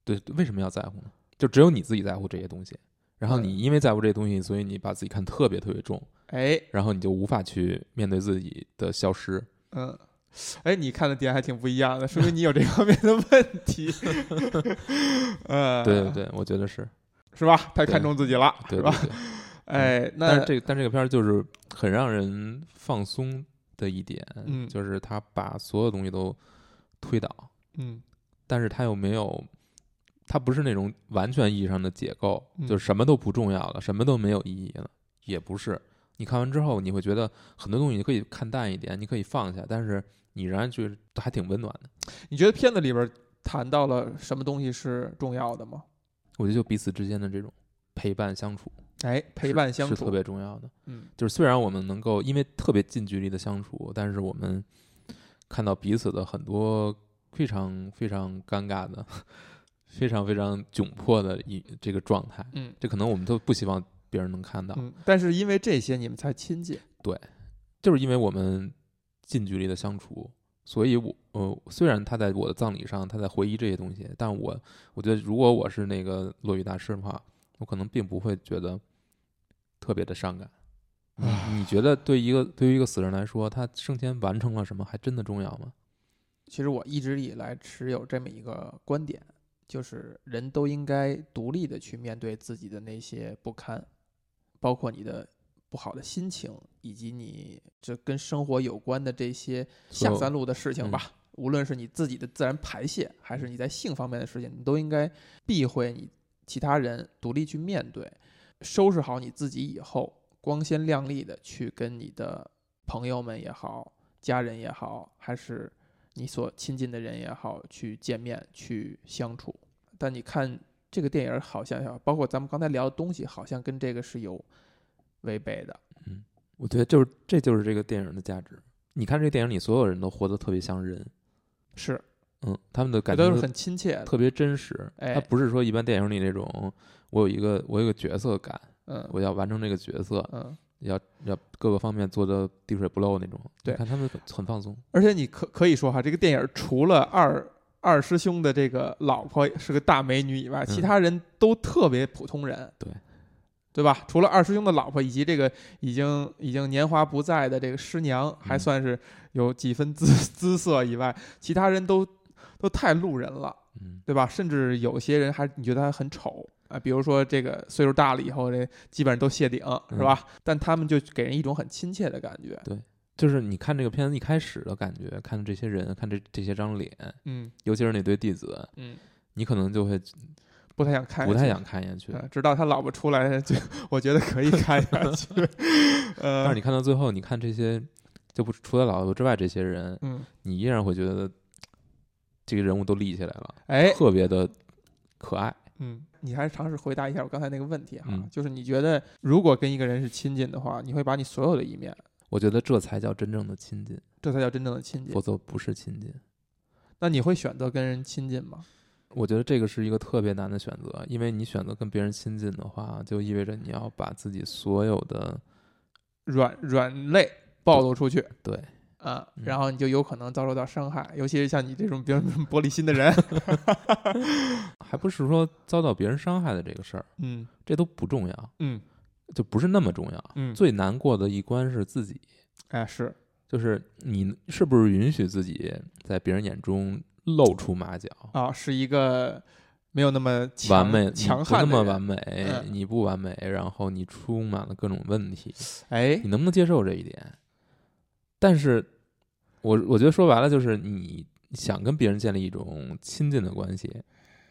Speaker 2: 对，为什么要在乎呢？就只有你自己在乎这些东西，然后
Speaker 1: 嗯
Speaker 2: 你因为在乎这些东西，所以你把自己看特别特别重，
Speaker 1: 哎，
Speaker 2: 然后你就无法去面对自己的消失。
Speaker 1: 嗯，哎，你看的点还挺不一样的，说明你有这方面的问
Speaker 2: (laughs)
Speaker 1: 题。呃，
Speaker 2: 对对，对，我觉得是
Speaker 1: 是吧？太
Speaker 2: 对
Speaker 1: 看重自己了，是
Speaker 2: 对对
Speaker 1: 吧？
Speaker 2: 对。嗯
Speaker 1: 哎，
Speaker 2: 但
Speaker 1: (laughs) 那
Speaker 2: 是这个但这个片儿就是很让人放松的一点，
Speaker 1: 嗯
Speaker 2: 就是他把所有东西都推倒，
Speaker 1: 嗯
Speaker 2: 但是它又没有，它不是那种完全意义上的解构，
Speaker 1: 嗯
Speaker 2: 就是什么都不重要了，什么都没有意义了，也不是。你看完之后，你会觉得很多东西你可以看淡一点，你可以放下，但是你仍然觉得还挺温暖的。
Speaker 1: 你觉得片子里边谈到了什么东西是重要的吗？
Speaker 2: 我觉得就彼此之间的这种陪伴相处，
Speaker 1: 哎，陪伴相
Speaker 2: 是是特
Speaker 1: 处，
Speaker 2: 别重要的。
Speaker 1: 嗯
Speaker 2: 就是虽然我们能够因为特别近距离的相处，但是我们看到彼此的很多非常非常尴尬的、 (laughs) 非常非常窘迫的一这个状态。
Speaker 1: 嗯
Speaker 2: 这可能我们都不希望别人能看到，
Speaker 1: 嗯，但是因为这些你们才亲近，
Speaker 2: 就是因为我们近距离的相处，所以我呃，虽然他在我的葬礼上他在回忆这些东西，但我我觉得如果我是那个落雨大师的话，我可能并不会觉得特别的伤感。你你觉得对一个对于一个死人来说，他生前完成了什么，还真的重要吗？
Speaker 1: 其实我一直以来持有这么一个观点，就是人都应该独立的去面对自己的那些不堪，包括你的不好的心情，以及你这跟生活有关的这些
Speaker 2: 所
Speaker 1: 下
Speaker 2: 嗯有
Speaker 1: 三路的事情吧。无论是你自己的自然排泄，还是你在性方面的事情，你都应该避讳你其他人，独立去面对，收拾好你自己以后，光鲜亮丽的去跟你的朋友们也好，家人也好，还是你所亲近的人也好，去见面去相处。但你看这个电影，好像要包括咱们刚才聊的东西，好像跟这个是有违背的。
Speaker 2: 我觉得就是这就是这个电影的价值。你看这个电影里，所有人都活得特别像人，
Speaker 1: 是，
Speaker 2: 嗯，他们的
Speaker 1: 这
Speaker 2: 感觉
Speaker 1: 都是很亲切的。
Speaker 2: 特别真实，
Speaker 1: 哎
Speaker 2: 它不是说一般电影里那种，我有一个我有一个角色感，
Speaker 1: 嗯
Speaker 2: 我要完成这个角色，
Speaker 1: 嗯。
Speaker 2: 要要各个方面做的滴水不漏那种。
Speaker 1: 对
Speaker 2: 你看他们很很放松，
Speaker 1: 而且你可可以说哈，这个电影除了二二师兄的这个老婆是个大美女以外，其他人都特别普通人，
Speaker 2: 嗯对
Speaker 1: 对吧？除了二师兄的老婆以及这个已经已经年华不再的这个师娘，
Speaker 2: 嗯
Speaker 1: 还算是有几分姿 (laughs) 姿色以外，其他人都都太路人了，
Speaker 2: 嗯，
Speaker 1: 对吧？甚至有些人还你觉得他很丑，啊，比如说这个岁数大了以后，这基本上都谢顶，是吧？
Speaker 2: 嗯
Speaker 1: 但他们就给人一种很亲切的感觉。
Speaker 2: 就是你看这个片子一开始的感觉，看这些人，看这这些张脸，
Speaker 1: 嗯
Speaker 2: 尤其是那堆弟子，
Speaker 1: 嗯，
Speaker 2: 你可能就会
Speaker 1: 不太想看，
Speaker 2: 不太想。看下去。
Speaker 1: 嗯，直到他老婆出来，就我觉得可以看下去。
Speaker 2: (laughs)
Speaker 1: 呃，
Speaker 2: 但是你看到最后，你看这些，就不除了老刘之外这些人，
Speaker 1: 嗯，
Speaker 2: 你依然会觉得这个人物都立起来了，
Speaker 1: 哎，
Speaker 2: 特别的可爱。
Speaker 1: 嗯，你还是尝试回答一下我刚才那个问题哈，
Speaker 2: 嗯
Speaker 1: 就是你觉得如果跟一个人是亲近的话，你会把你所有的一面，
Speaker 2: 我觉得这才叫真正的亲近，
Speaker 1: 这才叫真正的亲近
Speaker 2: 否。则不是亲近。
Speaker 1: 那你会选择跟人亲近吗？
Speaker 2: 我觉得这个是一个特别难的选择，因为你选择跟别人亲近的话，就意味着你要把自己所有的
Speaker 1: 软软肋暴露出去
Speaker 2: 对
Speaker 1: 啊，
Speaker 2: 嗯
Speaker 1: 然后你就有可能遭受到伤害，尤其是像你这种比较玻璃心的
Speaker 2: (laughs)
Speaker 1: 人，
Speaker 2: 还不是说遭到别人伤害的这个事儿，
Speaker 1: 嗯
Speaker 2: 这都不重要，
Speaker 1: 嗯
Speaker 2: 就不是那么重要。
Speaker 1: 嗯，
Speaker 2: 最难过的一关是自己，
Speaker 1: 哎是，
Speaker 2: 就是你是不是允许自己在别人眼中露出马脚，
Speaker 1: 啊，是一个没有那么强
Speaker 2: 完美
Speaker 1: 强
Speaker 2: 你不
Speaker 1: 悍
Speaker 2: 那
Speaker 1: 的
Speaker 2: 么
Speaker 1: 人
Speaker 2: 完美，
Speaker 1: 嗯
Speaker 2: 你不完美，然后你充满了各种问题，
Speaker 1: 哎
Speaker 2: 你能不能接受这一点？但是我我觉得说白了就是你想跟别人建立一种亲近的关系，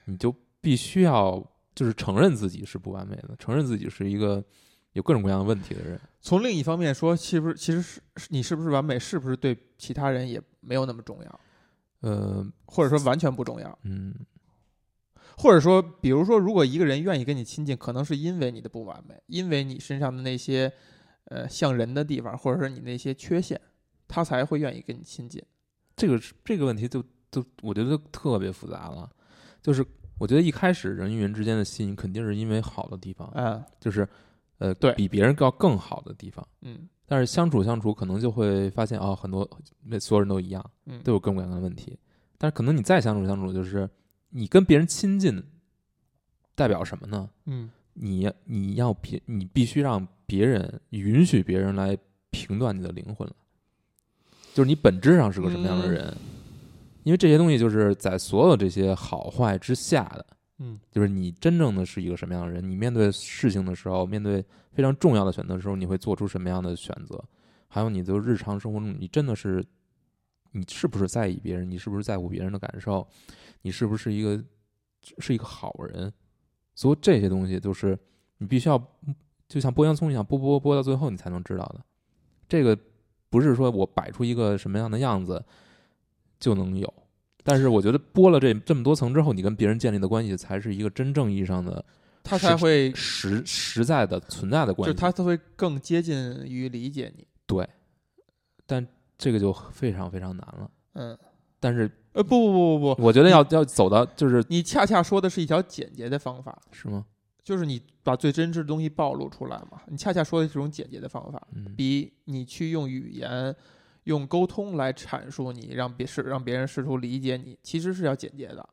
Speaker 2: 你就必须要就是承认自己是不完美的，承认自己是一个有各种各样的问题的人。
Speaker 1: 从另一方面说，是不是其实是是你是不是完美，是不是对其他人也没有那么重要，
Speaker 2: 呃，
Speaker 1: 或者说完全不重要？
Speaker 2: 嗯，
Speaker 1: 或者说，比如说，如果一个人愿意跟你亲近，可能是因为你的不完美，因为你身上的那些呃像人的地方，或者说你那些缺陷，他才会愿意跟你亲近。
Speaker 2: 这个是这个问题就就我觉得就特别复杂了，就是我觉得一开始人与人之间的吸引肯定是因为好的地方，
Speaker 1: 嗯
Speaker 2: 就是呃
Speaker 1: 对
Speaker 2: 比别人要更好的地方，
Speaker 1: 嗯
Speaker 2: 但是相处相处可能就会发现哦，很多所有人都一样，
Speaker 1: 嗯，
Speaker 2: 都有各种各样的问题，但是可能你再相处相处，就是你跟别人亲近，代表什么呢？
Speaker 1: 嗯
Speaker 2: 你你要别你必须让别人允许别人来评断你的灵魂了，就是你本质上是个什么样的人，因为这些东西就是在所有这些好坏之下的，
Speaker 1: 嗯
Speaker 2: 就是你真正的是一个什么样的人，你面对事情的时候，面对非常重要的选择的时候，你会做出什么样的选择，还有你的日常生活中，你真的是你是不是在意别人，你是不是在乎别人的感受，你是不是一个是一个好人，所以这些东西就是你必须要，就像剥洋葱一样，剥剥剥到最后你才能知道的。这个不是说我摆出一个什么样的样子就能有，但是我觉得剥了这这么多层之后，你跟别人建立的关系才是一个真正意义上的
Speaker 1: 他才会，
Speaker 2: 实实在的存在的关
Speaker 1: 就
Speaker 2: 系。
Speaker 1: 他才会更接近于理解你。
Speaker 2: 这个就非常非常难了。
Speaker 1: 嗯，
Speaker 2: 但是
Speaker 1: 呃，不不不不不，
Speaker 2: 我觉得要要走到就是
Speaker 1: 你恰恰说的是一条简洁的方法，
Speaker 2: 是吗？
Speaker 1: 就是你把最真挚的东西暴露出来嘛。你恰恰说的是一种简洁的方法。
Speaker 2: 嗯，
Speaker 1: 比你去用语言、用沟通来阐述你，让别是让别人试图理解你，其实是要简洁的。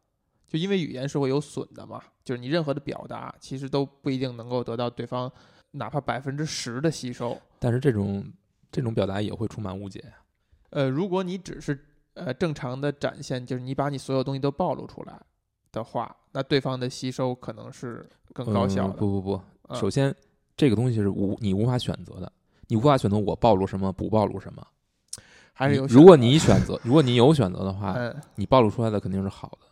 Speaker 1: 就因为语言是会有损的嘛，就是你任何的表达，其实都不一定能够得到对方哪怕百分之十的吸收。
Speaker 2: 但是这种这种表达也会充满误解。
Speaker 1: 呃，如果你只是呃正常的展现，就是你把你所有东西都暴露出来的话，那对方的吸收可能是更高效
Speaker 2: 嗯
Speaker 1: 的。
Speaker 2: 不不不，
Speaker 1: 嗯
Speaker 2: 首先，这个东西是无你无法选择的，你无法选择我暴露什么，不暴露什么。
Speaker 1: 还是
Speaker 2: 你
Speaker 1: 有
Speaker 2: 如果
Speaker 1: 选择
Speaker 2: 你选择，如果你有选择的话，
Speaker 1: 嗯，
Speaker 2: 你暴露出来的肯定是好的。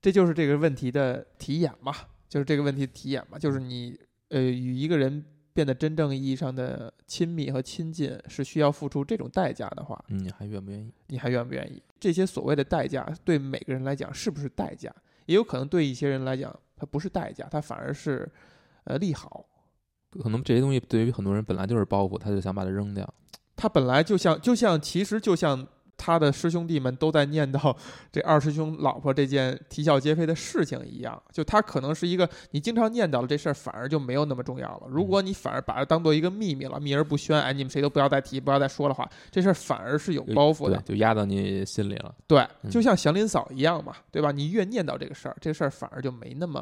Speaker 1: 这就是这个问题的题眼嘛，就是这个问题的题眼嘛，就是你呃与一个人变得真正意义上的亲密和亲近是需要付出这种代价的话，
Speaker 2: 嗯你还愿不愿意？
Speaker 1: 你还愿不愿意？这些所谓的代价对每个人来讲是不是代价？也有可能对一些人来讲，它不是代价，它反而是呃利好。
Speaker 2: 可能这些东西对于很多人本来就是包袱，他就想把它扔掉。
Speaker 1: 他本来就像就像其实就像他的师兄弟们都在念叨这二师兄老婆这件啼笑皆非的事情一样，就他可能是一个你经常念叨了这事儿，反而就没有那么重要了。如果你反而把它当做一个秘密了，秘而不宣，哎，你们谁都不要再提，不要再说的话，这事儿反而是有包袱
Speaker 2: 对
Speaker 1: 的，。
Speaker 2: 就压到你心里了。
Speaker 1: 对，
Speaker 2: 嗯
Speaker 1: 就像祥林嫂一样嘛，对吧？你越念叨这个事儿，这事儿反而就没那么，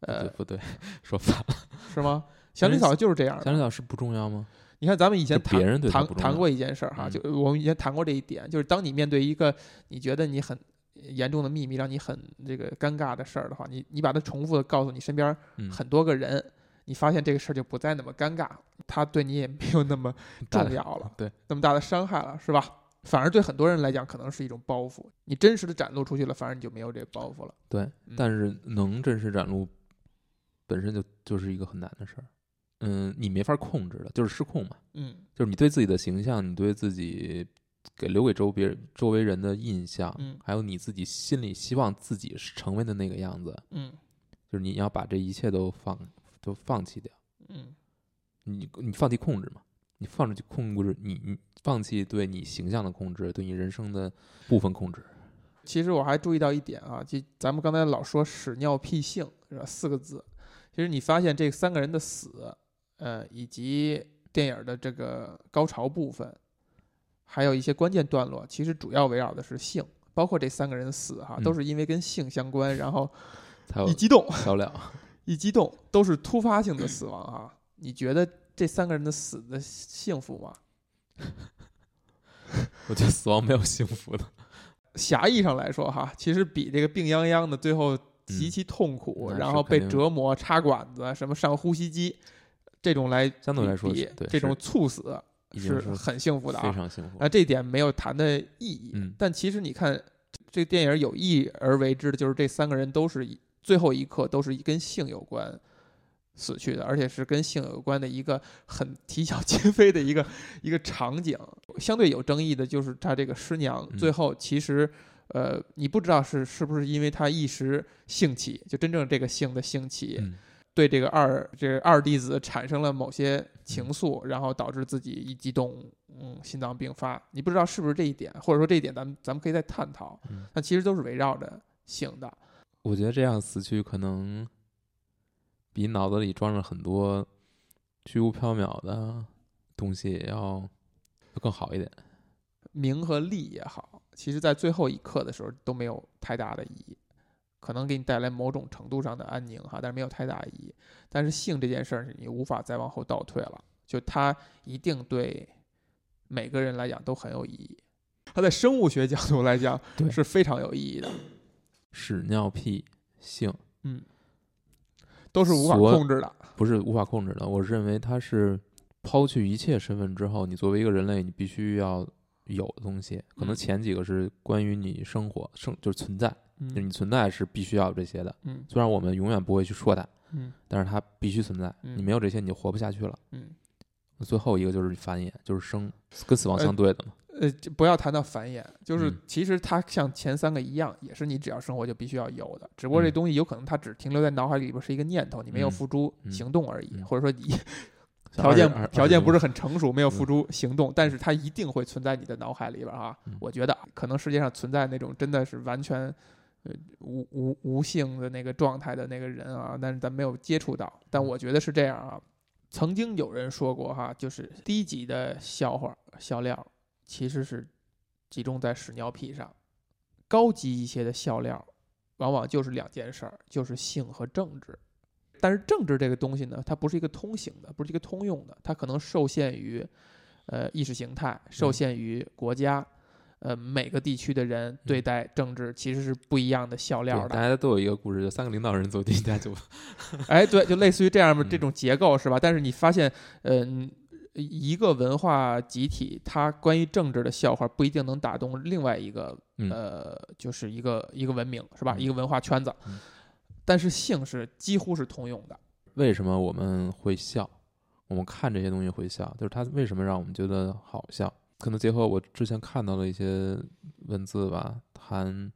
Speaker 1: 呃
Speaker 2: 对，不对？ (laughs) 说反了。
Speaker 1: 是吗？祥林嫂就是这样的
Speaker 2: 想知道是不重要吗？
Speaker 1: 你看，咱们以前
Speaker 2: 就别
Speaker 1: 谈
Speaker 2: 人对他
Speaker 1: 谈
Speaker 2: 不重
Speaker 1: 谈
Speaker 2: 要
Speaker 1: 过一件事儿哈，
Speaker 2: 嗯
Speaker 1: 就我们以前谈过这一点，就是当你面对一个你觉得你很严重的秘密，让你很这个尴尬的事儿的话，你你把它重复的告诉你身边儿
Speaker 2: 嗯，
Speaker 1: 很多个人，你发现这个事儿就不再那么尴尬，它对你也没有那么
Speaker 2: 大的
Speaker 1: 重要了，
Speaker 2: 对，
Speaker 1: 那么大的伤害了，是吧？反而对很多人来讲，可能是一种包袱。你真实的展露出去了，反而你就没有这个包袱了。嗯
Speaker 2: 对，但是能真实展露，本身就就是一个很难的事儿。嗯，你没法控制的，就是失控嘛，
Speaker 1: 嗯
Speaker 2: 就是你对自己的形象，你对自己给留给周别人周围人的印象，
Speaker 1: 嗯
Speaker 2: 还有你自己心里希望自己是成为的那个样子，
Speaker 1: 嗯
Speaker 2: 就是你要把这一切都放都放弃掉，
Speaker 1: 嗯
Speaker 2: 你你放弃控制嘛，你放弃控制你你放弃对你形象的控制，对你人生的部分控制，
Speaker 1: 其实我还注意到一点啊，就咱们刚才老说屎尿屁性是吧？四个字，其实你发现这三个人的死，呃，以及电影的这个高潮部分，还有一些关键段落，其实主要围绕的是性，包括这三个人的死哈，
Speaker 2: 嗯哦
Speaker 1: 都是因为跟性相关，然后
Speaker 2: 才有
Speaker 1: 一激动，
Speaker 2: 销量。 (laughs)
Speaker 1: 一激动都是突发性的死亡啊。你觉得这三个人的死的幸福吗？
Speaker 2: 我觉得死亡没有幸福的。
Speaker 1: 狭义上来说哈，其实比这个病殃殃的最后 (laughs) 极其痛苦，
Speaker 2: 嗯那是
Speaker 1: 然后被
Speaker 2: 肯定
Speaker 1: 折磨、插管子、什么上呼吸机这种来
Speaker 2: 相对来说
Speaker 1: 比
Speaker 2: 是，对
Speaker 1: 这种猝死
Speaker 2: 嗯已经
Speaker 1: 是很幸福的
Speaker 2: 非
Speaker 1: 啊。
Speaker 2: 常幸福。
Speaker 1: 那这点没有谈的意义，
Speaker 2: 嗯
Speaker 1: 但其实你看这电影有意而为之的，就是这三个人都是以最后一刻都是以跟性有关。死去的，而且是跟性有关的一个很啼笑皆非的一个一个场景。相对有争议的就是他这个师娘，
Speaker 2: 嗯
Speaker 1: 最后其实，呃，你不知道是是不是因为他一时兴起，就真正这个性的兴起，
Speaker 2: 嗯，
Speaker 1: 对这个二这个二弟子产生了某些情愫，然后导致自己一激动，嗯，心脏病发。你不知道是不是这一点，或者说这一点咱们咱们可以再探讨
Speaker 2: 嗯。
Speaker 1: 但其实都是围绕着性的，
Speaker 2: 我觉得这样死去可能比脑子里装着很多虚无缥缈的东西要要更好一点。
Speaker 1: 名和利也好，其实在最后一刻的时候都没有太大的意义，可能给你带来某种程度上的安宁哈，但是没有太大意义。但是性这件事儿，你无法再往后倒退了，就它一定对每个人来讲都很有意义。它在生物学角度来讲
Speaker 2: 对
Speaker 1: 是非常有意义的，
Speaker 2: 屎尿屁性
Speaker 1: 嗯，都是无法
Speaker 2: 所
Speaker 1: 控制的，
Speaker 2: 不是无法控制的，我认为它是抛去一切身份之后，你作为一个人类，你必须要有的东西。可
Speaker 1: 嗯
Speaker 2: 能前几个是关于你生活生就是存在，就是你存在是必须要有这些的。
Speaker 1: 嗯
Speaker 2: 虽然我们永远不会去说它，
Speaker 1: 嗯
Speaker 2: 但是它必须存在。
Speaker 1: 嗯
Speaker 2: 你没有这些，你就活不下去了。
Speaker 1: 嗯，
Speaker 2: 最后一个就是繁衍，就是生，跟死亡相对的嘛。
Speaker 1: 呃，这不要谈到繁衍，就是
Speaker 2: 嗯
Speaker 1: 其实它像前三个一样，也是你只要生活就必须要有的，只不过这
Speaker 2: 嗯
Speaker 1: 东西有可能它只停留在脑海里边是一个念头，你没有
Speaker 2: 嗯
Speaker 1: 付诸
Speaker 2: 嗯
Speaker 1: 行动而已，
Speaker 2: 嗯
Speaker 1: 或者说你
Speaker 2: 像
Speaker 1: 条件
Speaker 2: 二十嗯
Speaker 1: 条件不是，
Speaker 2: 二
Speaker 1: 很成熟，没有付诸行动，但是它一定会存在你的脑海里边儿啊
Speaker 2: 嗯。
Speaker 1: 我觉得啊可能世界上存在那种真的是完全呃无无无性的那个状态的那个人啊，但是咱没有接触到。
Speaker 2: 嗯
Speaker 1: 但我觉得是这样啊。曾经有人说过哈，就是低级的笑话笑料其实是集中在屎尿屁上，高级一些的笑料往往就是两件事儿，就是性和政治。但是政治这个东西呢，它不是一个通行的，不是一个通用的，它可能受限于，呃，意识形态，受限于国家，呃，每个地区的人对待政治其实是不一样的笑
Speaker 2: 十
Speaker 1: 料
Speaker 2: 对，大
Speaker 1: 的。
Speaker 2: 家都有一个故事，就三个领导人走进一家酒吧。
Speaker 1: (laughs) 哎，对，就类似于这样的
Speaker 2: 嗯
Speaker 1: 这种结构是吧？但是你发现，嗯、一个文化集体，它关于政治的笑话不一定能打动另外一个
Speaker 2: 嗯
Speaker 1: 呃，就是一个一个文明是吧？
Speaker 2: 嗯
Speaker 1: 一个文化圈子
Speaker 2: 嗯，
Speaker 1: 但是性是几乎是通用的。
Speaker 2: 为什么我们会笑？我们看这些东西会笑，就是它为什么让我们觉得好笑？可能结合我之前看到的一些文字吧，谈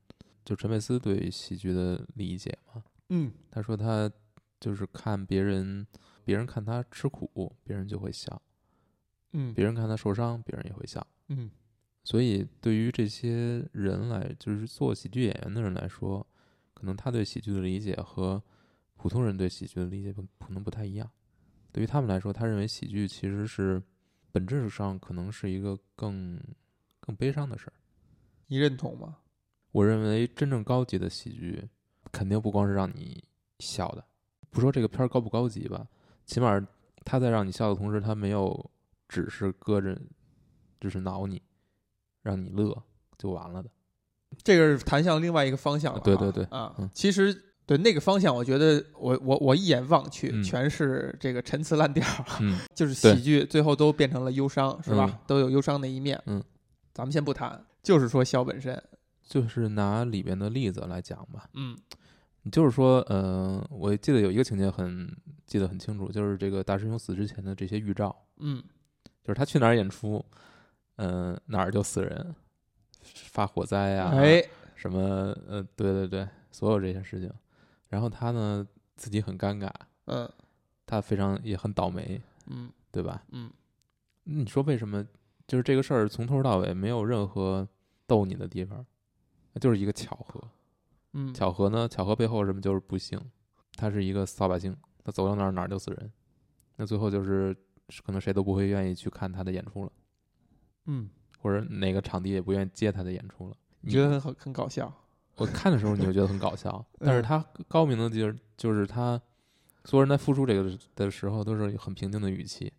Speaker 2: 就陈佩斯对喜剧的理解嘛。
Speaker 1: 嗯
Speaker 2: 他说他就是看别人，别人看他吃苦，别人就会笑；
Speaker 1: 嗯
Speaker 2: 别人看他受伤，别人也会笑。
Speaker 1: 嗯
Speaker 2: 所以对于这些人来，就是做喜剧演员的人来说，可能他对喜剧的理解和普通人对喜剧的理解不可能不太一样。对于他们来说，他认为喜剧其实是本质上可能是一个更更悲伤的事儿。
Speaker 1: 你认同吗？
Speaker 2: 我认为真正高级的喜剧，肯定不光是让你笑的，不说这个片儿高不高级吧，起码他在让你笑的同时，他没有只是搁着，就是挠你，让你乐就完了的。
Speaker 1: 这个是谈向另外一个方向了、啊。
Speaker 2: 对对对
Speaker 1: 啊，
Speaker 2: 嗯
Speaker 1: 其实对那个方向，我觉得我我我一眼望去，
Speaker 2: 嗯
Speaker 1: 全是这个陈词滥调，
Speaker 2: 嗯
Speaker 1: 就是
Speaker 2: 对
Speaker 1: 喜剧最后都变成了忧伤，是吧？
Speaker 2: 嗯
Speaker 1: 都有忧伤的一面。
Speaker 2: 嗯，
Speaker 1: 咱们先不谈，就是说肖本身，
Speaker 2: 就是拿里边的例子来讲吧，
Speaker 1: 嗯
Speaker 2: 就是说，呃，我记得有一个情节很记得很清楚，就是这个大师兄死之前的这些预兆，
Speaker 1: 嗯
Speaker 2: 就是他去哪儿演出，嗯、哪儿就死人，发火灾啊呀、
Speaker 1: 哎，
Speaker 2: 什么，呃，对对对，所有这些事情。然后他呢自己很尴尬，
Speaker 1: 嗯
Speaker 2: 他非常也很倒霉，
Speaker 1: 嗯
Speaker 2: 对吧？
Speaker 1: 嗯，
Speaker 2: 你说为什么？就是这个事儿从头到尾没有任何逗你的地方，就是一个巧合。
Speaker 1: 嗯，
Speaker 2: 巧合呢？巧合背后什么？就是不幸。他是一个扫把星，他走到哪儿哪儿就死人。那最后就是可能谁都不会愿意去看他的演出了，
Speaker 1: 嗯，
Speaker 2: 或者哪个场地也不愿意接他的演出了。你
Speaker 1: 觉得很好很搞笑，
Speaker 2: 我看的时候你会觉得很搞 (laughs) 笑，但是他高明的地儿就是他所有人在复述这个的时候都是很平静的语气。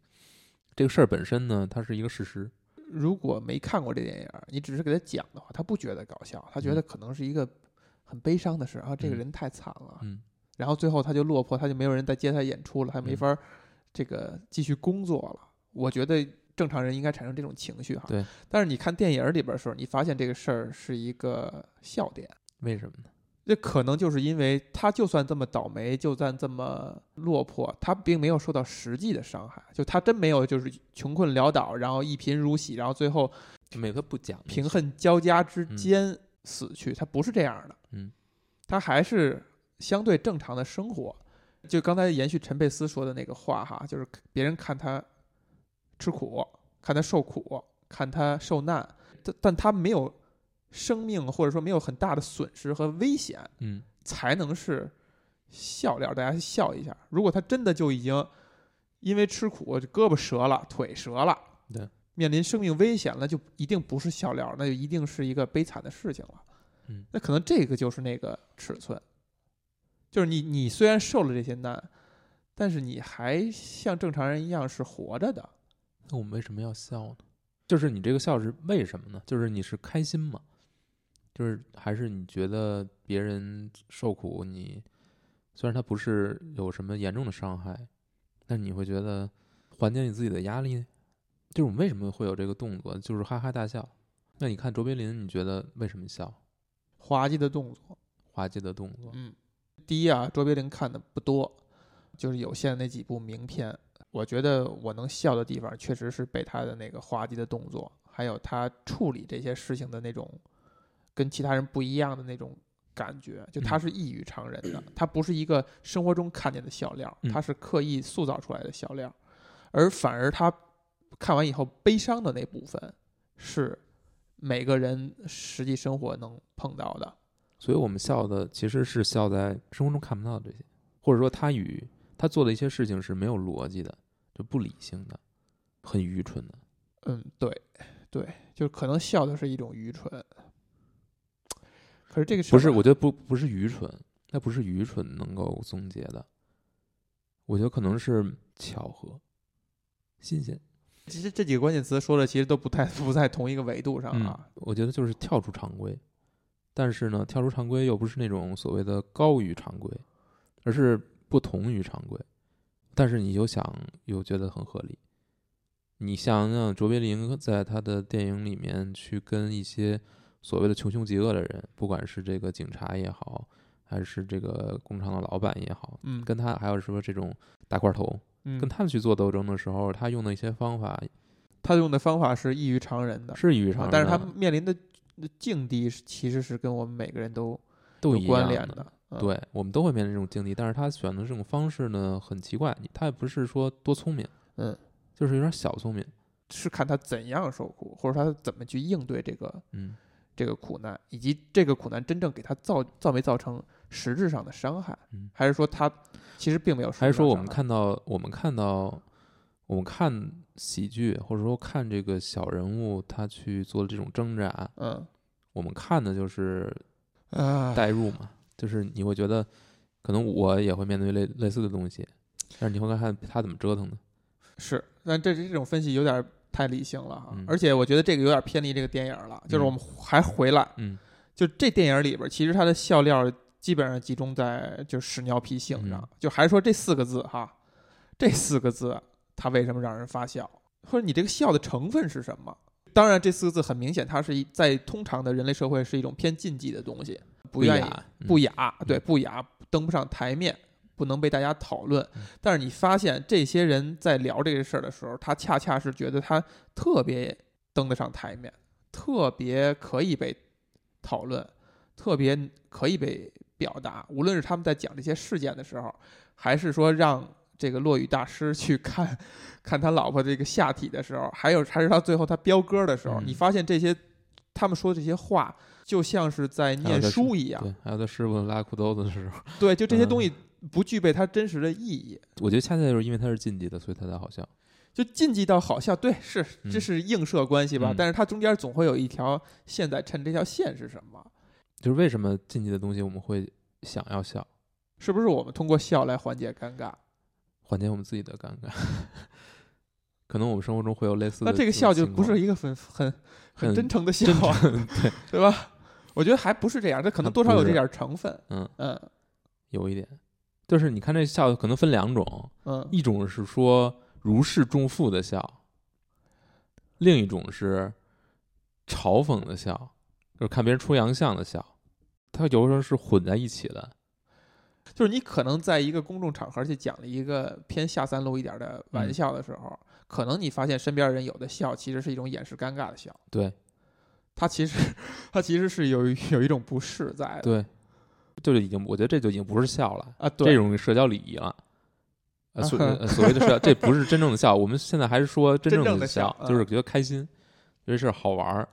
Speaker 2: 这个事儿本身呢，它是一个事实，
Speaker 1: 如果没看过这电影儿，你只是给他讲的话，他不觉得搞笑，他觉得可能是一个很悲伤的事啊，这个
Speaker 2: 嗯
Speaker 1: 人太惨了。
Speaker 2: 嗯
Speaker 1: 然后最后他就落魄，他就没有人再接他演出了，他没
Speaker 2: 嗯
Speaker 1: 法儿这个继续工作了。我觉得正常人应该产生这种情绪哈。
Speaker 2: 对。
Speaker 1: 但是你看电影儿里边儿的时候，你发现这个事儿是一个笑点。
Speaker 2: 为什么呢？
Speaker 1: 这可能就是因为他就算这么倒霉，就算这么落魄，他并没有受到实际的伤害，就他真没有就是穷困潦倒，然后一贫如洗，然后最后
Speaker 2: 每个不讲
Speaker 1: 平衡交加之间死去，他不是这样的，
Speaker 2: 嗯，
Speaker 1: 他还是相对正常的生活。就刚才延续陈佩斯说的那个话哈，就是别人看他吃苦，看他受苦，看他受难，但但他没有生命或者说没有很大的损失和危险，
Speaker 2: 嗯
Speaker 1: 才能是笑料，大家笑一下。如果他真的就已经因为吃苦，胳膊折了，腿折了，
Speaker 2: 对，
Speaker 1: 面临生命危险了，就一定不是笑料，那就一定是一个悲惨的事情了。
Speaker 2: 嗯，
Speaker 1: 那可能这个就是那个尺寸，就是你你虽然受了这些难，但是你还像正常人一样是活着的。
Speaker 2: 那我们为什么要笑呢？就是你这个笑是为什么呢？就是你是开心吗？就是还是你觉得别人受苦，你虽然他不是有什么严重的伤害，但是你会觉得缓解你自己的压力呢？就是我们为什么会有这个动作？就是哈哈大笑。那你看卓别林，你觉得为什么笑？
Speaker 1: 滑稽的动作，
Speaker 2: 滑稽的动作，
Speaker 1: 嗯，第一啊，卓别林看的不多，就是有限那几部名片。我觉得我能笑的地方，确实是被他的那个滑稽的动作，还有他处理这些事情的那种跟其他人不一样的那种感觉。就他
Speaker 2: 嗯
Speaker 1: 是异于常人的，他不是一个生活中看见的笑料，
Speaker 2: 嗯
Speaker 1: 他是刻意塑造出来的笑料。而反而他看完以后悲伤的那部分，是每个人实际生活能碰到的。
Speaker 2: 所以我们笑的其实是笑在生活中看不到的这些，或者说他与他做的一些事情是没有逻辑的，就不理性的，很愚蠢的。
Speaker 1: 嗯，对，对，就是可能笑的是一种愚蠢。可是这个事儿
Speaker 2: 不是，
Speaker 1: 吧
Speaker 2: 我觉得不不是愚蠢，那不是愚蠢能够总结的。我觉得可能是巧合，新鲜。
Speaker 1: 其实这几个关键词说的其实都不太 (laughs) 不在同一个维度上
Speaker 2: 嗯
Speaker 1: 啊。
Speaker 2: 我觉得就是跳出常规，但是呢，跳出常规又不是那种所谓的高于常规，而是不同于常规。但是你又想又觉得很合理。你想想，卓别林在他的电影里面去跟一些所谓的穷凶极恶的人，不管是这个警察也好，还是这个工厂的老板也好，
Speaker 1: 嗯，
Speaker 2: 跟他还有说这种大块头，
Speaker 1: 嗯
Speaker 2: 跟他们去做斗争的时候，他用的一些方法
Speaker 1: 他用的方法是异于常人的，
Speaker 2: 是与上
Speaker 1: 啊
Speaker 2: 的，
Speaker 1: 但是他面临的境地是其实是跟我们每个人都
Speaker 2: 都
Speaker 1: 有
Speaker 2: 一
Speaker 1: 关
Speaker 2: 样
Speaker 1: 联
Speaker 2: 的。
Speaker 1: 的。嗯，
Speaker 2: 对，我们都会面临这种境地，但是他选的这种方式呢，很奇怪，他也不是说多聪明，
Speaker 1: 嗯，
Speaker 2: 就是有点小聪明，
Speaker 1: 是看他怎样受苦，或者他怎么去应对这个
Speaker 2: 嗯，
Speaker 1: 这个苦难，以及这个苦难真正给他造造没造成实质上的伤害，
Speaker 2: 嗯
Speaker 1: 还是说他其实并没有实质上
Speaker 2: 还
Speaker 1: 的
Speaker 2: 是
Speaker 1: 伤害？
Speaker 2: 说我们看到我们看到我们看喜剧，或者说看这个小人物他去做的这种挣扎，
Speaker 1: 嗯
Speaker 2: 我们看的就是
Speaker 1: 啊，
Speaker 2: 代入嘛，就是你会觉得，可能我也会面对类类似的东西，但是你会看他怎么折腾的，
Speaker 1: 是，但这这种分析有点太理性了哈，
Speaker 2: 嗯
Speaker 1: 而且我觉得这个有点偏离这个电影了。就是我们还回来，
Speaker 2: 嗯
Speaker 1: 就这电影里边，其实它的笑料基本上集中在就屎尿屁性上，
Speaker 2: 嗯
Speaker 1: 就还说这四个字哈，这四个字它为什么让人发笑，或者你这个笑的成分是什么？当然，这四个字很明显，它是一在通常的人类社会是一种偏禁忌的东西，不愿意
Speaker 2: 雅，嗯
Speaker 1: 不
Speaker 2: 雅，
Speaker 1: 雅，对，不雅，登不上台面，不能被大家讨论
Speaker 2: 嗯。
Speaker 1: 但是你发现这些人在聊这个事儿的时候，他恰恰是觉得他特别登得上台面，特别可以被讨论，特别可以被表达。无论是他们在讲这些事件的时候，还是说让这个落雨大师去看看他老婆这个下体的时候，还有还是到最后他飙歌的时候，
Speaker 2: 嗯
Speaker 1: 你发现这些他们说这些话。就像是在
Speaker 2: 还有
Speaker 1: 念
Speaker 2: 在
Speaker 1: 书一样，
Speaker 2: 对，还有他师傅拉裤兜子的时候，
Speaker 1: 对，就这些
Speaker 2: 嗯
Speaker 1: 东西不具备它真实的意义，
Speaker 2: 我觉得恰恰就是因为他是禁忌的，所以他才好笑。
Speaker 1: 就禁忌到好笑，对，是
Speaker 2: 嗯
Speaker 1: 这是映射关系吧？
Speaker 2: 嗯
Speaker 1: 但是它中间总会有一条线在衬，这条线是什么？
Speaker 2: 就是为什么禁忌的东西我们会想要笑，
Speaker 1: 是不是我们通过笑来缓解尴尬？
Speaker 2: 缓解我们自己的尴尬。 (laughs) 可能我们生活中会有类似的
Speaker 1: 那
Speaker 2: 种情况，
Speaker 1: 这个笑就不是一个很很很
Speaker 2: 很
Speaker 1: 真诚的笑啊，
Speaker 2: 对，
Speaker 1: 对吧？我觉得还不是这样，它可能
Speaker 2: 还
Speaker 1: 多少有
Speaker 2: 不是
Speaker 1: 这点成分。
Speaker 2: 嗯
Speaker 1: 嗯
Speaker 2: 有一点，就是你看这笑可能分两种，
Speaker 1: 嗯，
Speaker 2: 一种是说如释重负的笑，另一种是嘲讽的笑，就是看别人出洋相的笑，它有时候是混在一起的。
Speaker 1: 就是你可能在一个公众场合去讲了一个偏下三路一点的玩
Speaker 2: 嗯
Speaker 1: 笑的时候，可能你发现身边的人有的笑其实是一种掩饰尴尬的笑。
Speaker 2: 对
Speaker 1: 他其实他其实是有一有一种不适在的
Speaker 2: 对，就已经我觉得这就已经不是笑了，
Speaker 1: 啊，对
Speaker 2: 这种社交礼仪了。
Speaker 1: (laughs)
Speaker 2: 呃，所
Speaker 1: 啊呵
Speaker 2: 呃所谓的社交，这不是真正的笑。我们现在还是说真
Speaker 1: 真正的
Speaker 2: 的
Speaker 1: 笑
Speaker 2: 笑，就是
Speaker 1: 嗯
Speaker 2: 觉得开心，觉得事儿好玩儿。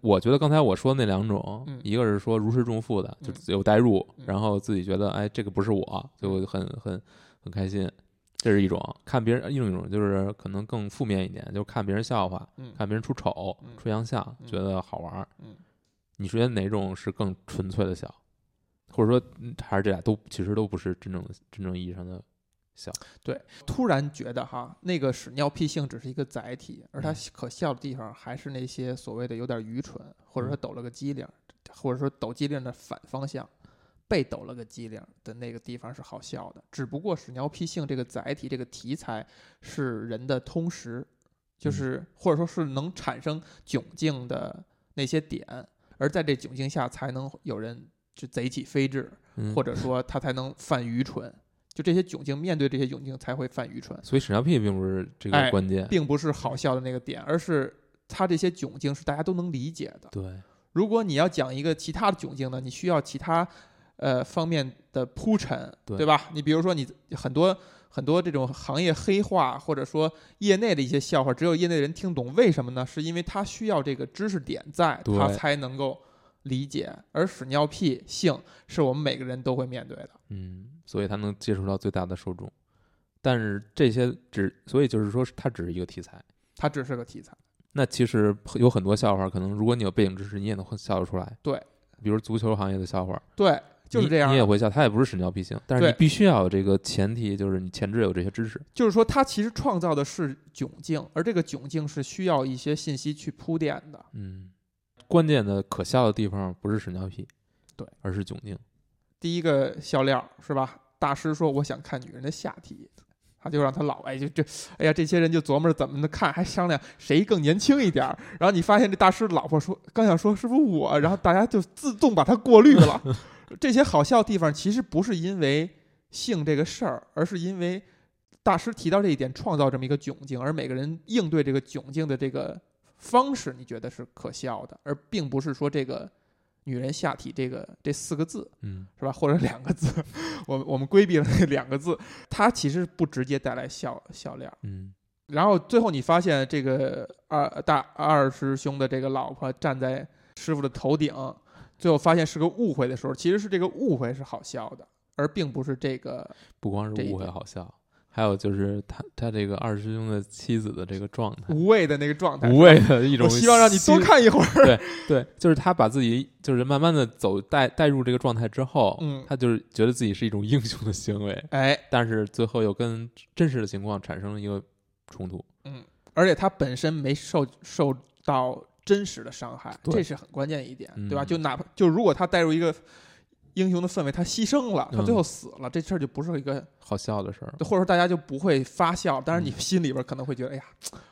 Speaker 2: 我觉得刚才我说那两种，
Speaker 1: 嗯
Speaker 2: 一个是说如释重负的，就
Speaker 1: 嗯
Speaker 2: 有代入，
Speaker 1: 嗯
Speaker 2: 然后自己觉得哎这个不是我，就很很很开心，这是一种看别人；一种一种就是可能更负面一点，就是看别人笑话，
Speaker 1: 嗯
Speaker 2: 看别人出丑、
Speaker 1: 嗯
Speaker 2: 出洋相，
Speaker 1: 嗯
Speaker 2: 觉得好玩儿。
Speaker 1: 嗯
Speaker 2: 你觉得哪种是更纯粹的笑，或者说嗯还是这俩都其实都不是真正的真正意义上的
Speaker 1: 突然觉得哈，那个屎尿屁性只是一个载体，而他
Speaker 2: 嗯
Speaker 1: 可笑的地方还是那些所谓的有点愚蠢，或者
Speaker 2: 嗯
Speaker 1: 说抖了个机灵，或者说抖机灵的反方向，被抖了个机灵的那个地方是好笑的。只不过屎尿屁性这个载体、这个题材是人的通识，
Speaker 2: 嗯
Speaker 1: 就是或者说是能产生窘境的那些点，而在这窘境下才能有人就贼起飞智，
Speaker 2: 嗯
Speaker 1: 或者说他才能犯愚蠢。就这些窘境，面对这些窘境才会犯愚蠢，
Speaker 2: 所以屎尿屁并不是这
Speaker 1: 哎
Speaker 2: 个关键。
Speaker 1: 并不是好笑的那个点，而是他这些窘境是大家都能理解的。
Speaker 2: 对，
Speaker 1: 如果你要讲一个其他的窘境呢，你需要其他呃方面的铺陈，
Speaker 2: 对
Speaker 1: 吧？你比如说你很多很多这种行业黑话，或者说业内的一些笑话，只有业内人听懂，为什么呢？是因为他需要这个知识点在，
Speaker 2: 对
Speaker 1: 他才能够理解。而屎尿屁性是我们每个人都会面对的。
Speaker 2: 嗯，所以它能接触到最大的受众。但是这些只，所以就是说它只是一个题材。
Speaker 1: 它只是个题材，
Speaker 2: 那其实有很多笑话，可能如果你有背景知识，你也能笑得出来。
Speaker 1: 对，
Speaker 2: 比如足球行业的笑话，
Speaker 1: 对，就是
Speaker 2: 你
Speaker 1: 这样
Speaker 2: 你也
Speaker 1: 的。
Speaker 2: 会笑，它也不是屎尿屁性，但是你
Speaker 1: 对
Speaker 2: 必须要有这个前提，就是你前置有这些知识。
Speaker 1: 就是说，它其实创造的是窘境，而这个窘境是需要一些信息去铺垫的。
Speaker 2: 嗯，关键的可笑的地方不是屎尿屁，
Speaker 1: 对，
Speaker 2: 而是窘境。
Speaker 1: 第一个笑料是吧？大师说我想看女人的下体，他就让他老哎就这，哎呀，这些人就琢磨着怎么的看，还商量谁更年轻一点儿。然后你发现这大师老婆说刚想说是不是我，然后大家就自动把他过滤了。 (laughs) 这些好笑的地方其实不是因为性这个事儿，而是因为大师提到这一点，创造这么一个窘境，而每个人应对这个窘境的这个方式，你觉得是可笑的，而并不是说这个女人下体这个这四个字
Speaker 2: 嗯，
Speaker 1: 是吧？或者两个字， (laughs) 我们我们规避了那两个字，它其实不直接带来笑笑料。
Speaker 2: 嗯，
Speaker 1: 然后最后你发现这个二大二师兄的这个老婆站在师傅的头顶，最后发现是个误会的时候，其实是这个误会是好笑的，而并不是这个
Speaker 2: 不光
Speaker 1: 这
Speaker 2: 是
Speaker 1: 一
Speaker 2: 误会
Speaker 1: 点
Speaker 2: 好笑，还有就是他他这个二师兄的妻子的这个状态，
Speaker 1: 无谓的那个状态。
Speaker 2: 无谓的一种
Speaker 1: 我
Speaker 2: 心。
Speaker 1: 希望让你多看一会儿。
Speaker 2: 对，就是他把自己就是慢慢的走带带入这个状态之后，
Speaker 1: 嗯
Speaker 2: 他就是觉得自己是一种英雄的行为，
Speaker 1: 哎，
Speaker 2: 但是最后又跟真实的情况产生了一个冲突。
Speaker 1: 而且他本身没受受到真实的伤害，
Speaker 2: 对
Speaker 1: 这是很关键一点，对吧？
Speaker 2: 嗯
Speaker 1: 就哪怕就如果他带入一个英雄的氛围，他牺牲了，他最
Speaker 2: 嗯
Speaker 1: 后死了，这事儿就不是一个，
Speaker 2: 好笑的事儿，
Speaker 1: 或者说大家就不会发笑，但是你
Speaker 2: 嗯
Speaker 1: 心里边可能会觉得，哎呀，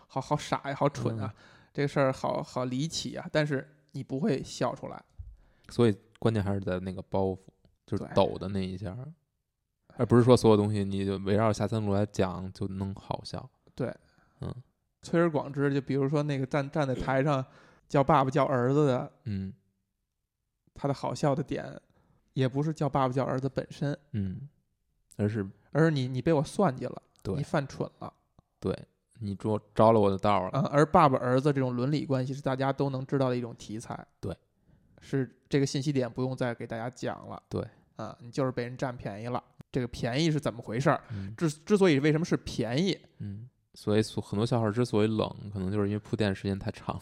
Speaker 1: 好好傻呀，好蠢啊，这个事儿好好离奇啊，但是你不会笑出来，
Speaker 2: 所以关键还是在那个包袱，就是
Speaker 1: 对
Speaker 2: 抖的那一下儿，而不是说所有东西你就围绕着下三路来讲就能好笑。
Speaker 1: 推而广之，就比如说那个站站在台上叫爸爸叫儿子的，
Speaker 2: 嗯
Speaker 1: 他的好笑的点，也不是叫爸爸叫儿子本身，
Speaker 2: 嗯，而是
Speaker 1: 而是你你被我算计了，
Speaker 2: 对
Speaker 1: 你犯蠢了。
Speaker 2: 对你着着了我的道儿了。
Speaker 1: 嗯，而爸爸儿子这种伦理关系是大家都能知道的一种题材，
Speaker 2: 对，
Speaker 1: 是这个信息点不用再给大家讲了，
Speaker 2: 对，
Speaker 1: 啊、你就是被人占便宜了，这个便宜是怎么回事儿？
Speaker 2: 嗯
Speaker 1: 之之所以为什么是便宜，
Speaker 2: 嗯，所以所很多笑话之所以冷，可能就是因为铺垫时间太长，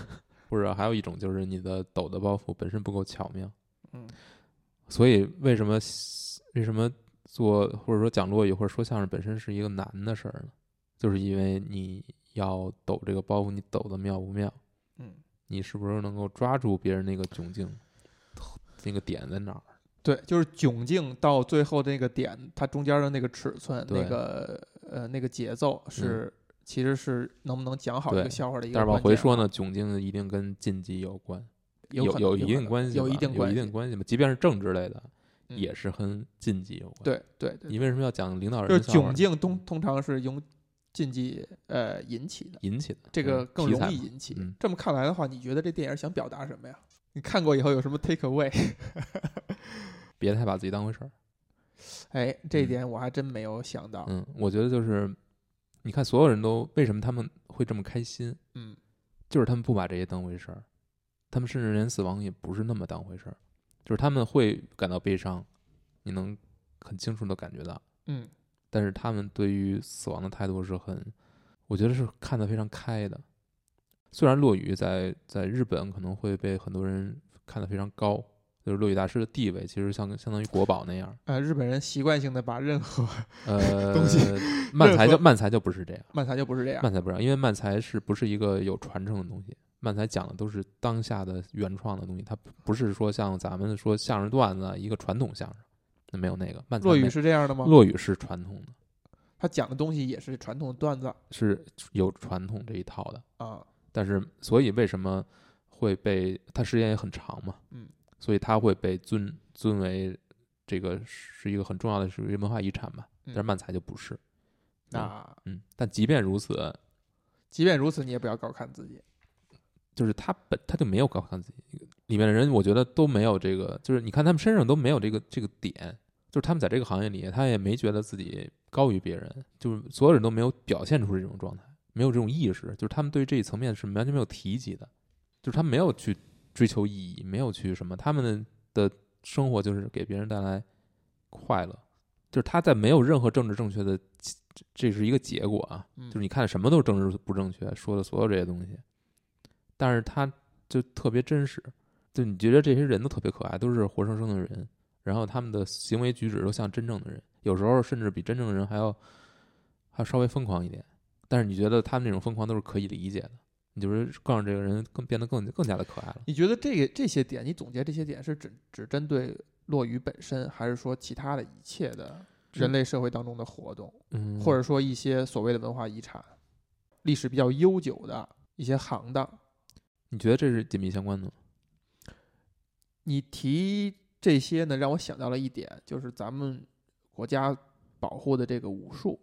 Speaker 2: (laughs) 或者还有一种就是你的抖的包袱本身不够巧妙。
Speaker 1: 嗯，
Speaker 2: 所以为什么为什么做或者说讲落语或者说相声本身是一个难的事儿呢？就是因为你要抖这个包袱，你抖的妙不妙？
Speaker 1: 嗯，
Speaker 2: 你是不是能够抓住别人那个窘境，那个点在哪儿？
Speaker 1: 对，就是窘境到最后那个点，它中间的那个尺寸，
Speaker 2: 对嗯
Speaker 1: 那个呃那个节奏是、其实是能不能讲好一
Speaker 2: 对
Speaker 1: 个笑话的一个，
Speaker 2: 但是往回，说呢，窘境一定跟晋级有关，
Speaker 1: 有可能有
Speaker 2: 有一
Speaker 1: 可
Speaker 2: 定
Speaker 1: 能
Speaker 2: 关系吧，
Speaker 1: 有
Speaker 2: 有
Speaker 1: 一定关系
Speaker 2: 一定关系吧。即便是政治类的，
Speaker 1: 嗯
Speaker 2: 也是跟晋级有关。，
Speaker 1: 对对对，
Speaker 2: 你为什么要讲领导人
Speaker 1: 就是
Speaker 2: 的笑
Speaker 1: 窘
Speaker 2: 话呢
Speaker 1: 境通通常是由禁忌呃引起的。
Speaker 2: 引起的，
Speaker 1: 这个
Speaker 2: 嗯
Speaker 1: 更
Speaker 2: 题
Speaker 1: 容
Speaker 2: 材
Speaker 1: 易
Speaker 2: 嘛
Speaker 1: 引起。
Speaker 2: 嗯
Speaker 1: 这么看来的话，你觉得这电影想表达什么呀？你看过以后有什么 take away？ (laughs)
Speaker 2: 别太把自己当回事儿。
Speaker 1: 哎，这一点我还真没有想到。
Speaker 2: 嗯，我觉得就是，你看所有人都为什么他们会这么开心，
Speaker 1: 嗯
Speaker 2: 就是他们不把这些当回事儿，他们甚至连死亡也不是那么当回事儿，就是他们会感到悲伤，你能很清楚的感觉到，
Speaker 1: 嗯
Speaker 2: 但是他们对于死亡的态度是很，我觉得是看得非常开的。虽然落雨在在日本可能会被很多人看得非常高，就是落雨大师的地位其实相相当于国宝那
Speaker 1: (laughs)
Speaker 2: 样。
Speaker 1: 呃，日本人习惯性的把任何
Speaker 2: 呃，
Speaker 1: 东西
Speaker 2: 漫才
Speaker 1: 任
Speaker 2: 就
Speaker 1: 何
Speaker 2: 漫才就不是这样。
Speaker 1: 漫才就不是这样。
Speaker 2: 漫才不一样，因为漫才是不是一个有传承的东西？漫才讲的都是当下的原创的东西，它不不是说像咱们说相声段子啊一个传统相声，那没有那个漫才
Speaker 1: 落
Speaker 2: 没
Speaker 1: 雨是这样的吗？
Speaker 2: 落语是传统的，
Speaker 1: 他讲的东西也是传统段子
Speaker 2: 是有传统这一套的。
Speaker 1: 啊。
Speaker 2: 但是所以为什么会被它时间也很长嘛？
Speaker 1: 嗯，
Speaker 2: 所以它会被尊尊为这个是一个很重要的属于文化遗产吧？
Speaker 1: 嗯
Speaker 2: 但是漫才就不是，
Speaker 1: 那
Speaker 2: 嗯，但即便如此，
Speaker 1: 即便如此，你也不要高看自己。
Speaker 2: 就是他本他就没有高看自己，里面的人我觉得都没有这个，就是你看他们身上都没有这个这个点，就是他们在这个行业里，他也没觉得自己高于别人，就是所有人都没有表现出这种状态，没有这种意识，就是他们对这一层面是完全没有提及的，就是他们没有去追求意义，没有去什么，他们的的生活就是给别人带来快乐，就是他在没有任何政治正确的，这这是一个结果啊，
Speaker 1: 嗯
Speaker 2: 就是你看什么都是政治不正确，说的所有这些东西，但是他就特别真实，就你觉得这些人都特别可爱，都是活生生的人，然后他们的行为举止都像真正的人，有时候甚至比真正的人还要还要稍微疯狂一点，但是你觉得他们那种疯狂都是可以理解的，你就是更让这个人更变得更更加的可爱了。
Speaker 1: 你觉得这个这些点，你总结这些点是只只针对落雨本身，还是说其他的一切的人类社会当中的活动？
Speaker 2: 嗯，
Speaker 1: 或者说一些所谓的文化遗产、历史比较悠久的一些行当。
Speaker 2: 你觉得这是紧密相关的吗？
Speaker 1: 你提这些呢，让我想到了一点，就是咱们国家保护的这个武术。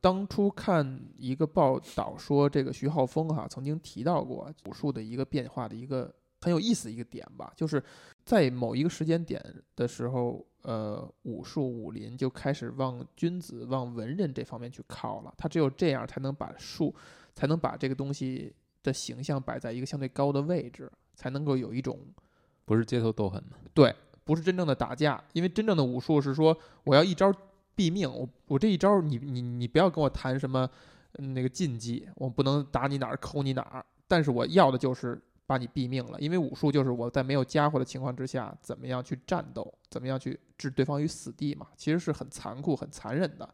Speaker 1: 当初看一个报道说，这个徐浩峰哈、曾经提到过武术的一个变化的一个很有意思的一个点吧，就是在某一个时间点的时候，呃，武术武林就开始往君子、往文人这方面去靠了。他只有这样才能把术，才能把这个东西的形象摆在一个相对高的位置，才能够有一种
Speaker 2: 不是街头斗狠吗？
Speaker 1: 不是真正的打架，因为真正的武术是说我要一招毙命，我我这一招你你你不要跟我谈什么嗯那个禁忌，我不能打你哪儿抠你哪儿，但是我要的就是把你毙命了，因为武术就是我在没有家伙的情况之下，怎么样去战斗，怎么样去置对方于死地嘛，其实是很残酷很残忍的，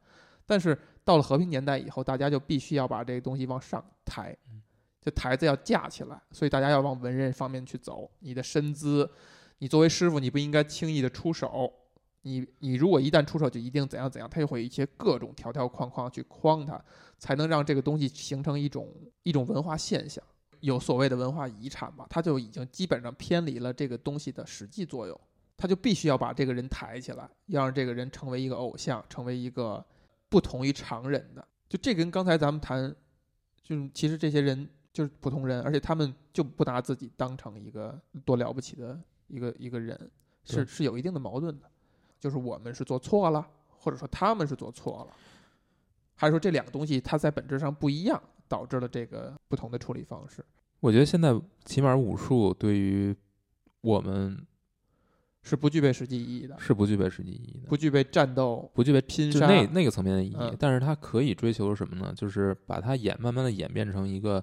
Speaker 1: 但是到了和平年代以后，大家就必须要把这个东西往上抬，这台子要架起来，所以大家要往文人方面去走。你的身姿，你作为师傅，你不应该轻易的出手。你你如果一旦出手，就一定怎样怎样，他就会一些各种条条框框去框它，才能让这个东西形成一种一种文化现象，有所谓的文化遗产吧，它就已经基本上偏离了这个东西的实际作用，他就必须要把这个人抬起来，要让这个人成为一个偶像，成为一个不同于常人的。就这跟刚才咱们谈，就是其实这些人就是普通人，而且他们就不拿自己当成一个多了不起的一个一个人，是
Speaker 2: 对
Speaker 1: 是有一定的矛盾的。就是我们是做错了，或者说他们是做错了，还是说这两个东西它在本质上不一样，导致了这个不同的处理方式？
Speaker 2: 我觉得现在起码武术对于我们
Speaker 1: 是不具备实际意义的，
Speaker 2: 是不具备实际意义的，
Speaker 1: 不具备战斗
Speaker 2: 不具备
Speaker 1: 拼
Speaker 2: 就
Speaker 1: 杀。
Speaker 2: 那那个层面的意义，
Speaker 1: 嗯
Speaker 2: 但是它可以追求什么呢？就是把它演慢慢的演变成一个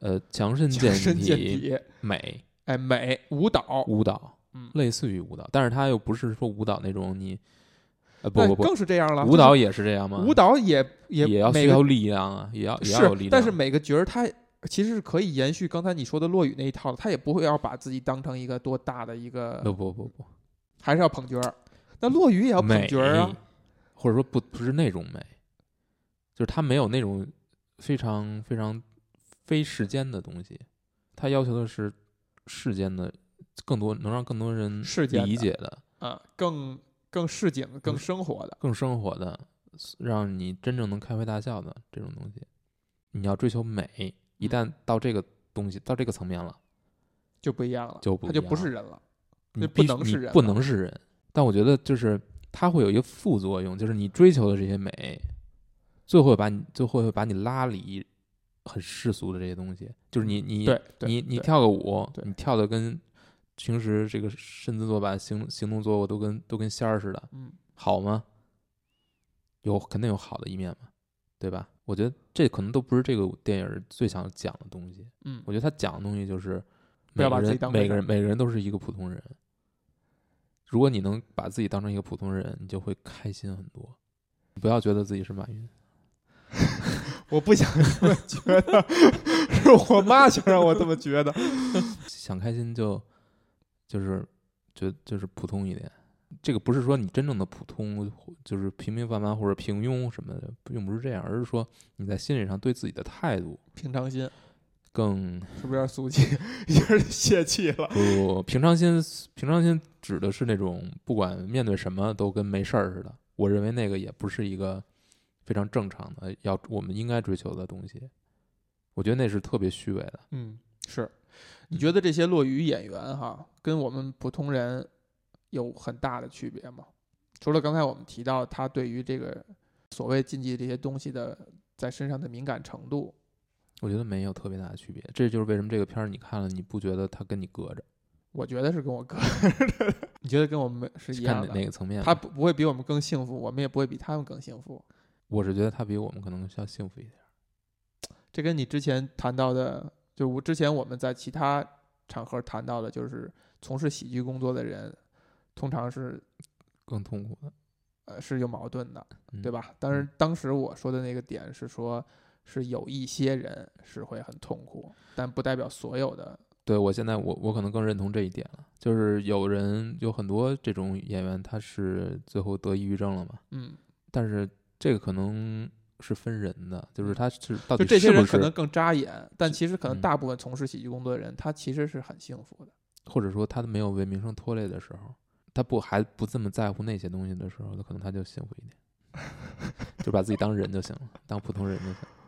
Speaker 2: 呃强身
Speaker 1: 强
Speaker 2: 健
Speaker 1: 身健
Speaker 2: 体
Speaker 1: 体，
Speaker 2: 美
Speaker 1: 哎，美舞蹈，
Speaker 2: 舞蹈，
Speaker 1: 嗯，
Speaker 2: 类似于舞蹈，但是它又不是说舞蹈那种你呃不
Speaker 1: 那
Speaker 2: 不不，
Speaker 1: 更是这样了。
Speaker 2: 舞蹈也是这样吗？
Speaker 1: 舞蹈也也
Speaker 2: 也要
Speaker 1: 每
Speaker 2: 需
Speaker 1: 个
Speaker 2: 要力量啊，也要也要有力
Speaker 1: 是，
Speaker 2: 量，
Speaker 1: 但是每个角儿他其实是可以延续刚才你说的落雨那一套的，他也不会要把自己当成一个多大的一个，
Speaker 2: 不不不不，
Speaker 1: 还是要捧角儿。那落雨也要捧
Speaker 2: 美
Speaker 1: 角儿啊，
Speaker 2: 或者说不不是那种美，就是它没有那种非常非常非世间的东西，它要求的是世间的更多，能让更多人
Speaker 1: 世间的
Speaker 2: 理解的、
Speaker 1: 啊，更更市井、
Speaker 2: 嗯
Speaker 1: 更生活的。
Speaker 2: 更生活的，让你真正能开怀大笑的这种东西。你要追求美，一
Speaker 1: 嗯
Speaker 2: 旦到这个东西到这个层面了，
Speaker 1: 就不一样了，
Speaker 2: 就不
Speaker 1: 他
Speaker 2: 一
Speaker 1: 就不
Speaker 2: 样
Speaker 1: 是人了。
Speaker 2: 你
Speaker 1: 那不
Speaker 2: 必须
Speaker 1: 能是
Speaker 2: 你
Speaker 1: 人
Speaker 2: 不
Speaker 1: 了
Speaker 2: 能是人。但我觉得就是它会有一个副作用，就是你追求的这些美，最后会把你最后会把你拉离很世俗的这些东西。就是你你
Speaker 1: 嗯对，对
Speaker 2: 你你
Speaker 1: 对
Speaker 2: 跳个舞，
Speaker 1: 对
Speaker 2: 你跳的跟平时这个身姿作板、行行动做卧都跟都跟仙儿似的，
Speaker 1: 嗯，
Speaker 2: 好吗？有肯定有好的一面嘛，对吧？我觉得这可能都不是这个电影儿最想讲的东西。
Speaker 1: 嗯
Speaker 2: 我，觉得他讲的东西就是
Speaker 1: 不
Speaker 2: 每
Speaker 1: 要
Speaker 2: 个
Speaker 1: 把自己
Speaker 2: 人
Speaker 1: 当回
Speaker 2: 每
Speaker 1: 事
Speaker 2: 个
Speaker 1: 儿
Speaker 2: 人每个人都是一个普通人。如果你能把自己当成一个普通人，你就会开心很多。不要觉得自己是马云，
Speaker 1: 我不想这么觉得， (laughs) 是我妈想让我这么觉得。
Speaker 2: 想开心就就是觉就是普通一点。这个不是说你真正的普通，就是平平凡凡或者平庸什么的，并不是这样，而是说你在心理上对自己的态度
Speaker 1: 平常心
Speaker 2: 更
Speaker 1: 是不是有点俗气， (laughs) 有点泄气了？
Speaker 2: 不平常心。平常心指的是那种不管面对什么都跟没事儿似的。我认为那个也不是一个非常正常的，要我们应该追求的东西。我觉得那是特别虚伪的。
Speaker 1: 嗯，是。你觉得这些落语演员哈，跟我们普通人有很大的区别吗？除了刚才我们提到他对于这个所谓禁忌这些东西的在身上的敏感程度，
Speaker 2: 我觉得没有特别大的区别，这就是为什么这个片儿你看了你不觉得它跟你隔着，
Speaker 1: 我觉得是跟我哥，你觉得跟我们 (laughs) 是一样
Speaker 2: 看
Speaker 1: 的？
Speaker 2: 哪哪个层面？
Speaker 1: 他不不会比我们更幸福，我们也不会比他们更幸福。
Speaker 2: 我是觉得它比我们可能要幸福一点。
Speaker 1: 这跟你之前谈到的，就我之前我们在其他场合谈到的，就是从事喜剧工作的人，通常是
Speaker 2: 更痛苦的，
Speaker 1: 呃是有矛盾的，
Speaker 2: 嗯
Speaker 1: 对？吧？当然，当时我说的那个点是说，是有一些人是会很痛苦，但不代表所有的。
Speaker 2: 对我现在我我可能更认同这一点了，就是有人有很多这种演员，他是最后得抑郁症了嘛，
Speaker 1: 嗯，
Speaker 2: 但是这个可能是分人的，就是他是到底
Speaker 1: 嗯就这些人
Speaker 2: 是
Speaker 1: 可
Speaker 2: 不
Speaker 1: 能
Speaker 2: 是，
Speaker 1: 更扎眼，但其实可能
Speaker 2: 嗯
Speaker 1: 大部分从事喜剧工作的人，他其实是很幸福的。
Speaker 2: 或者说他没有为名声拖累的时候，他不还不这么在乎那些 (laughs) 东西的时候，可能他就幸福一点，就把自己当人就行了，当普通人就行了。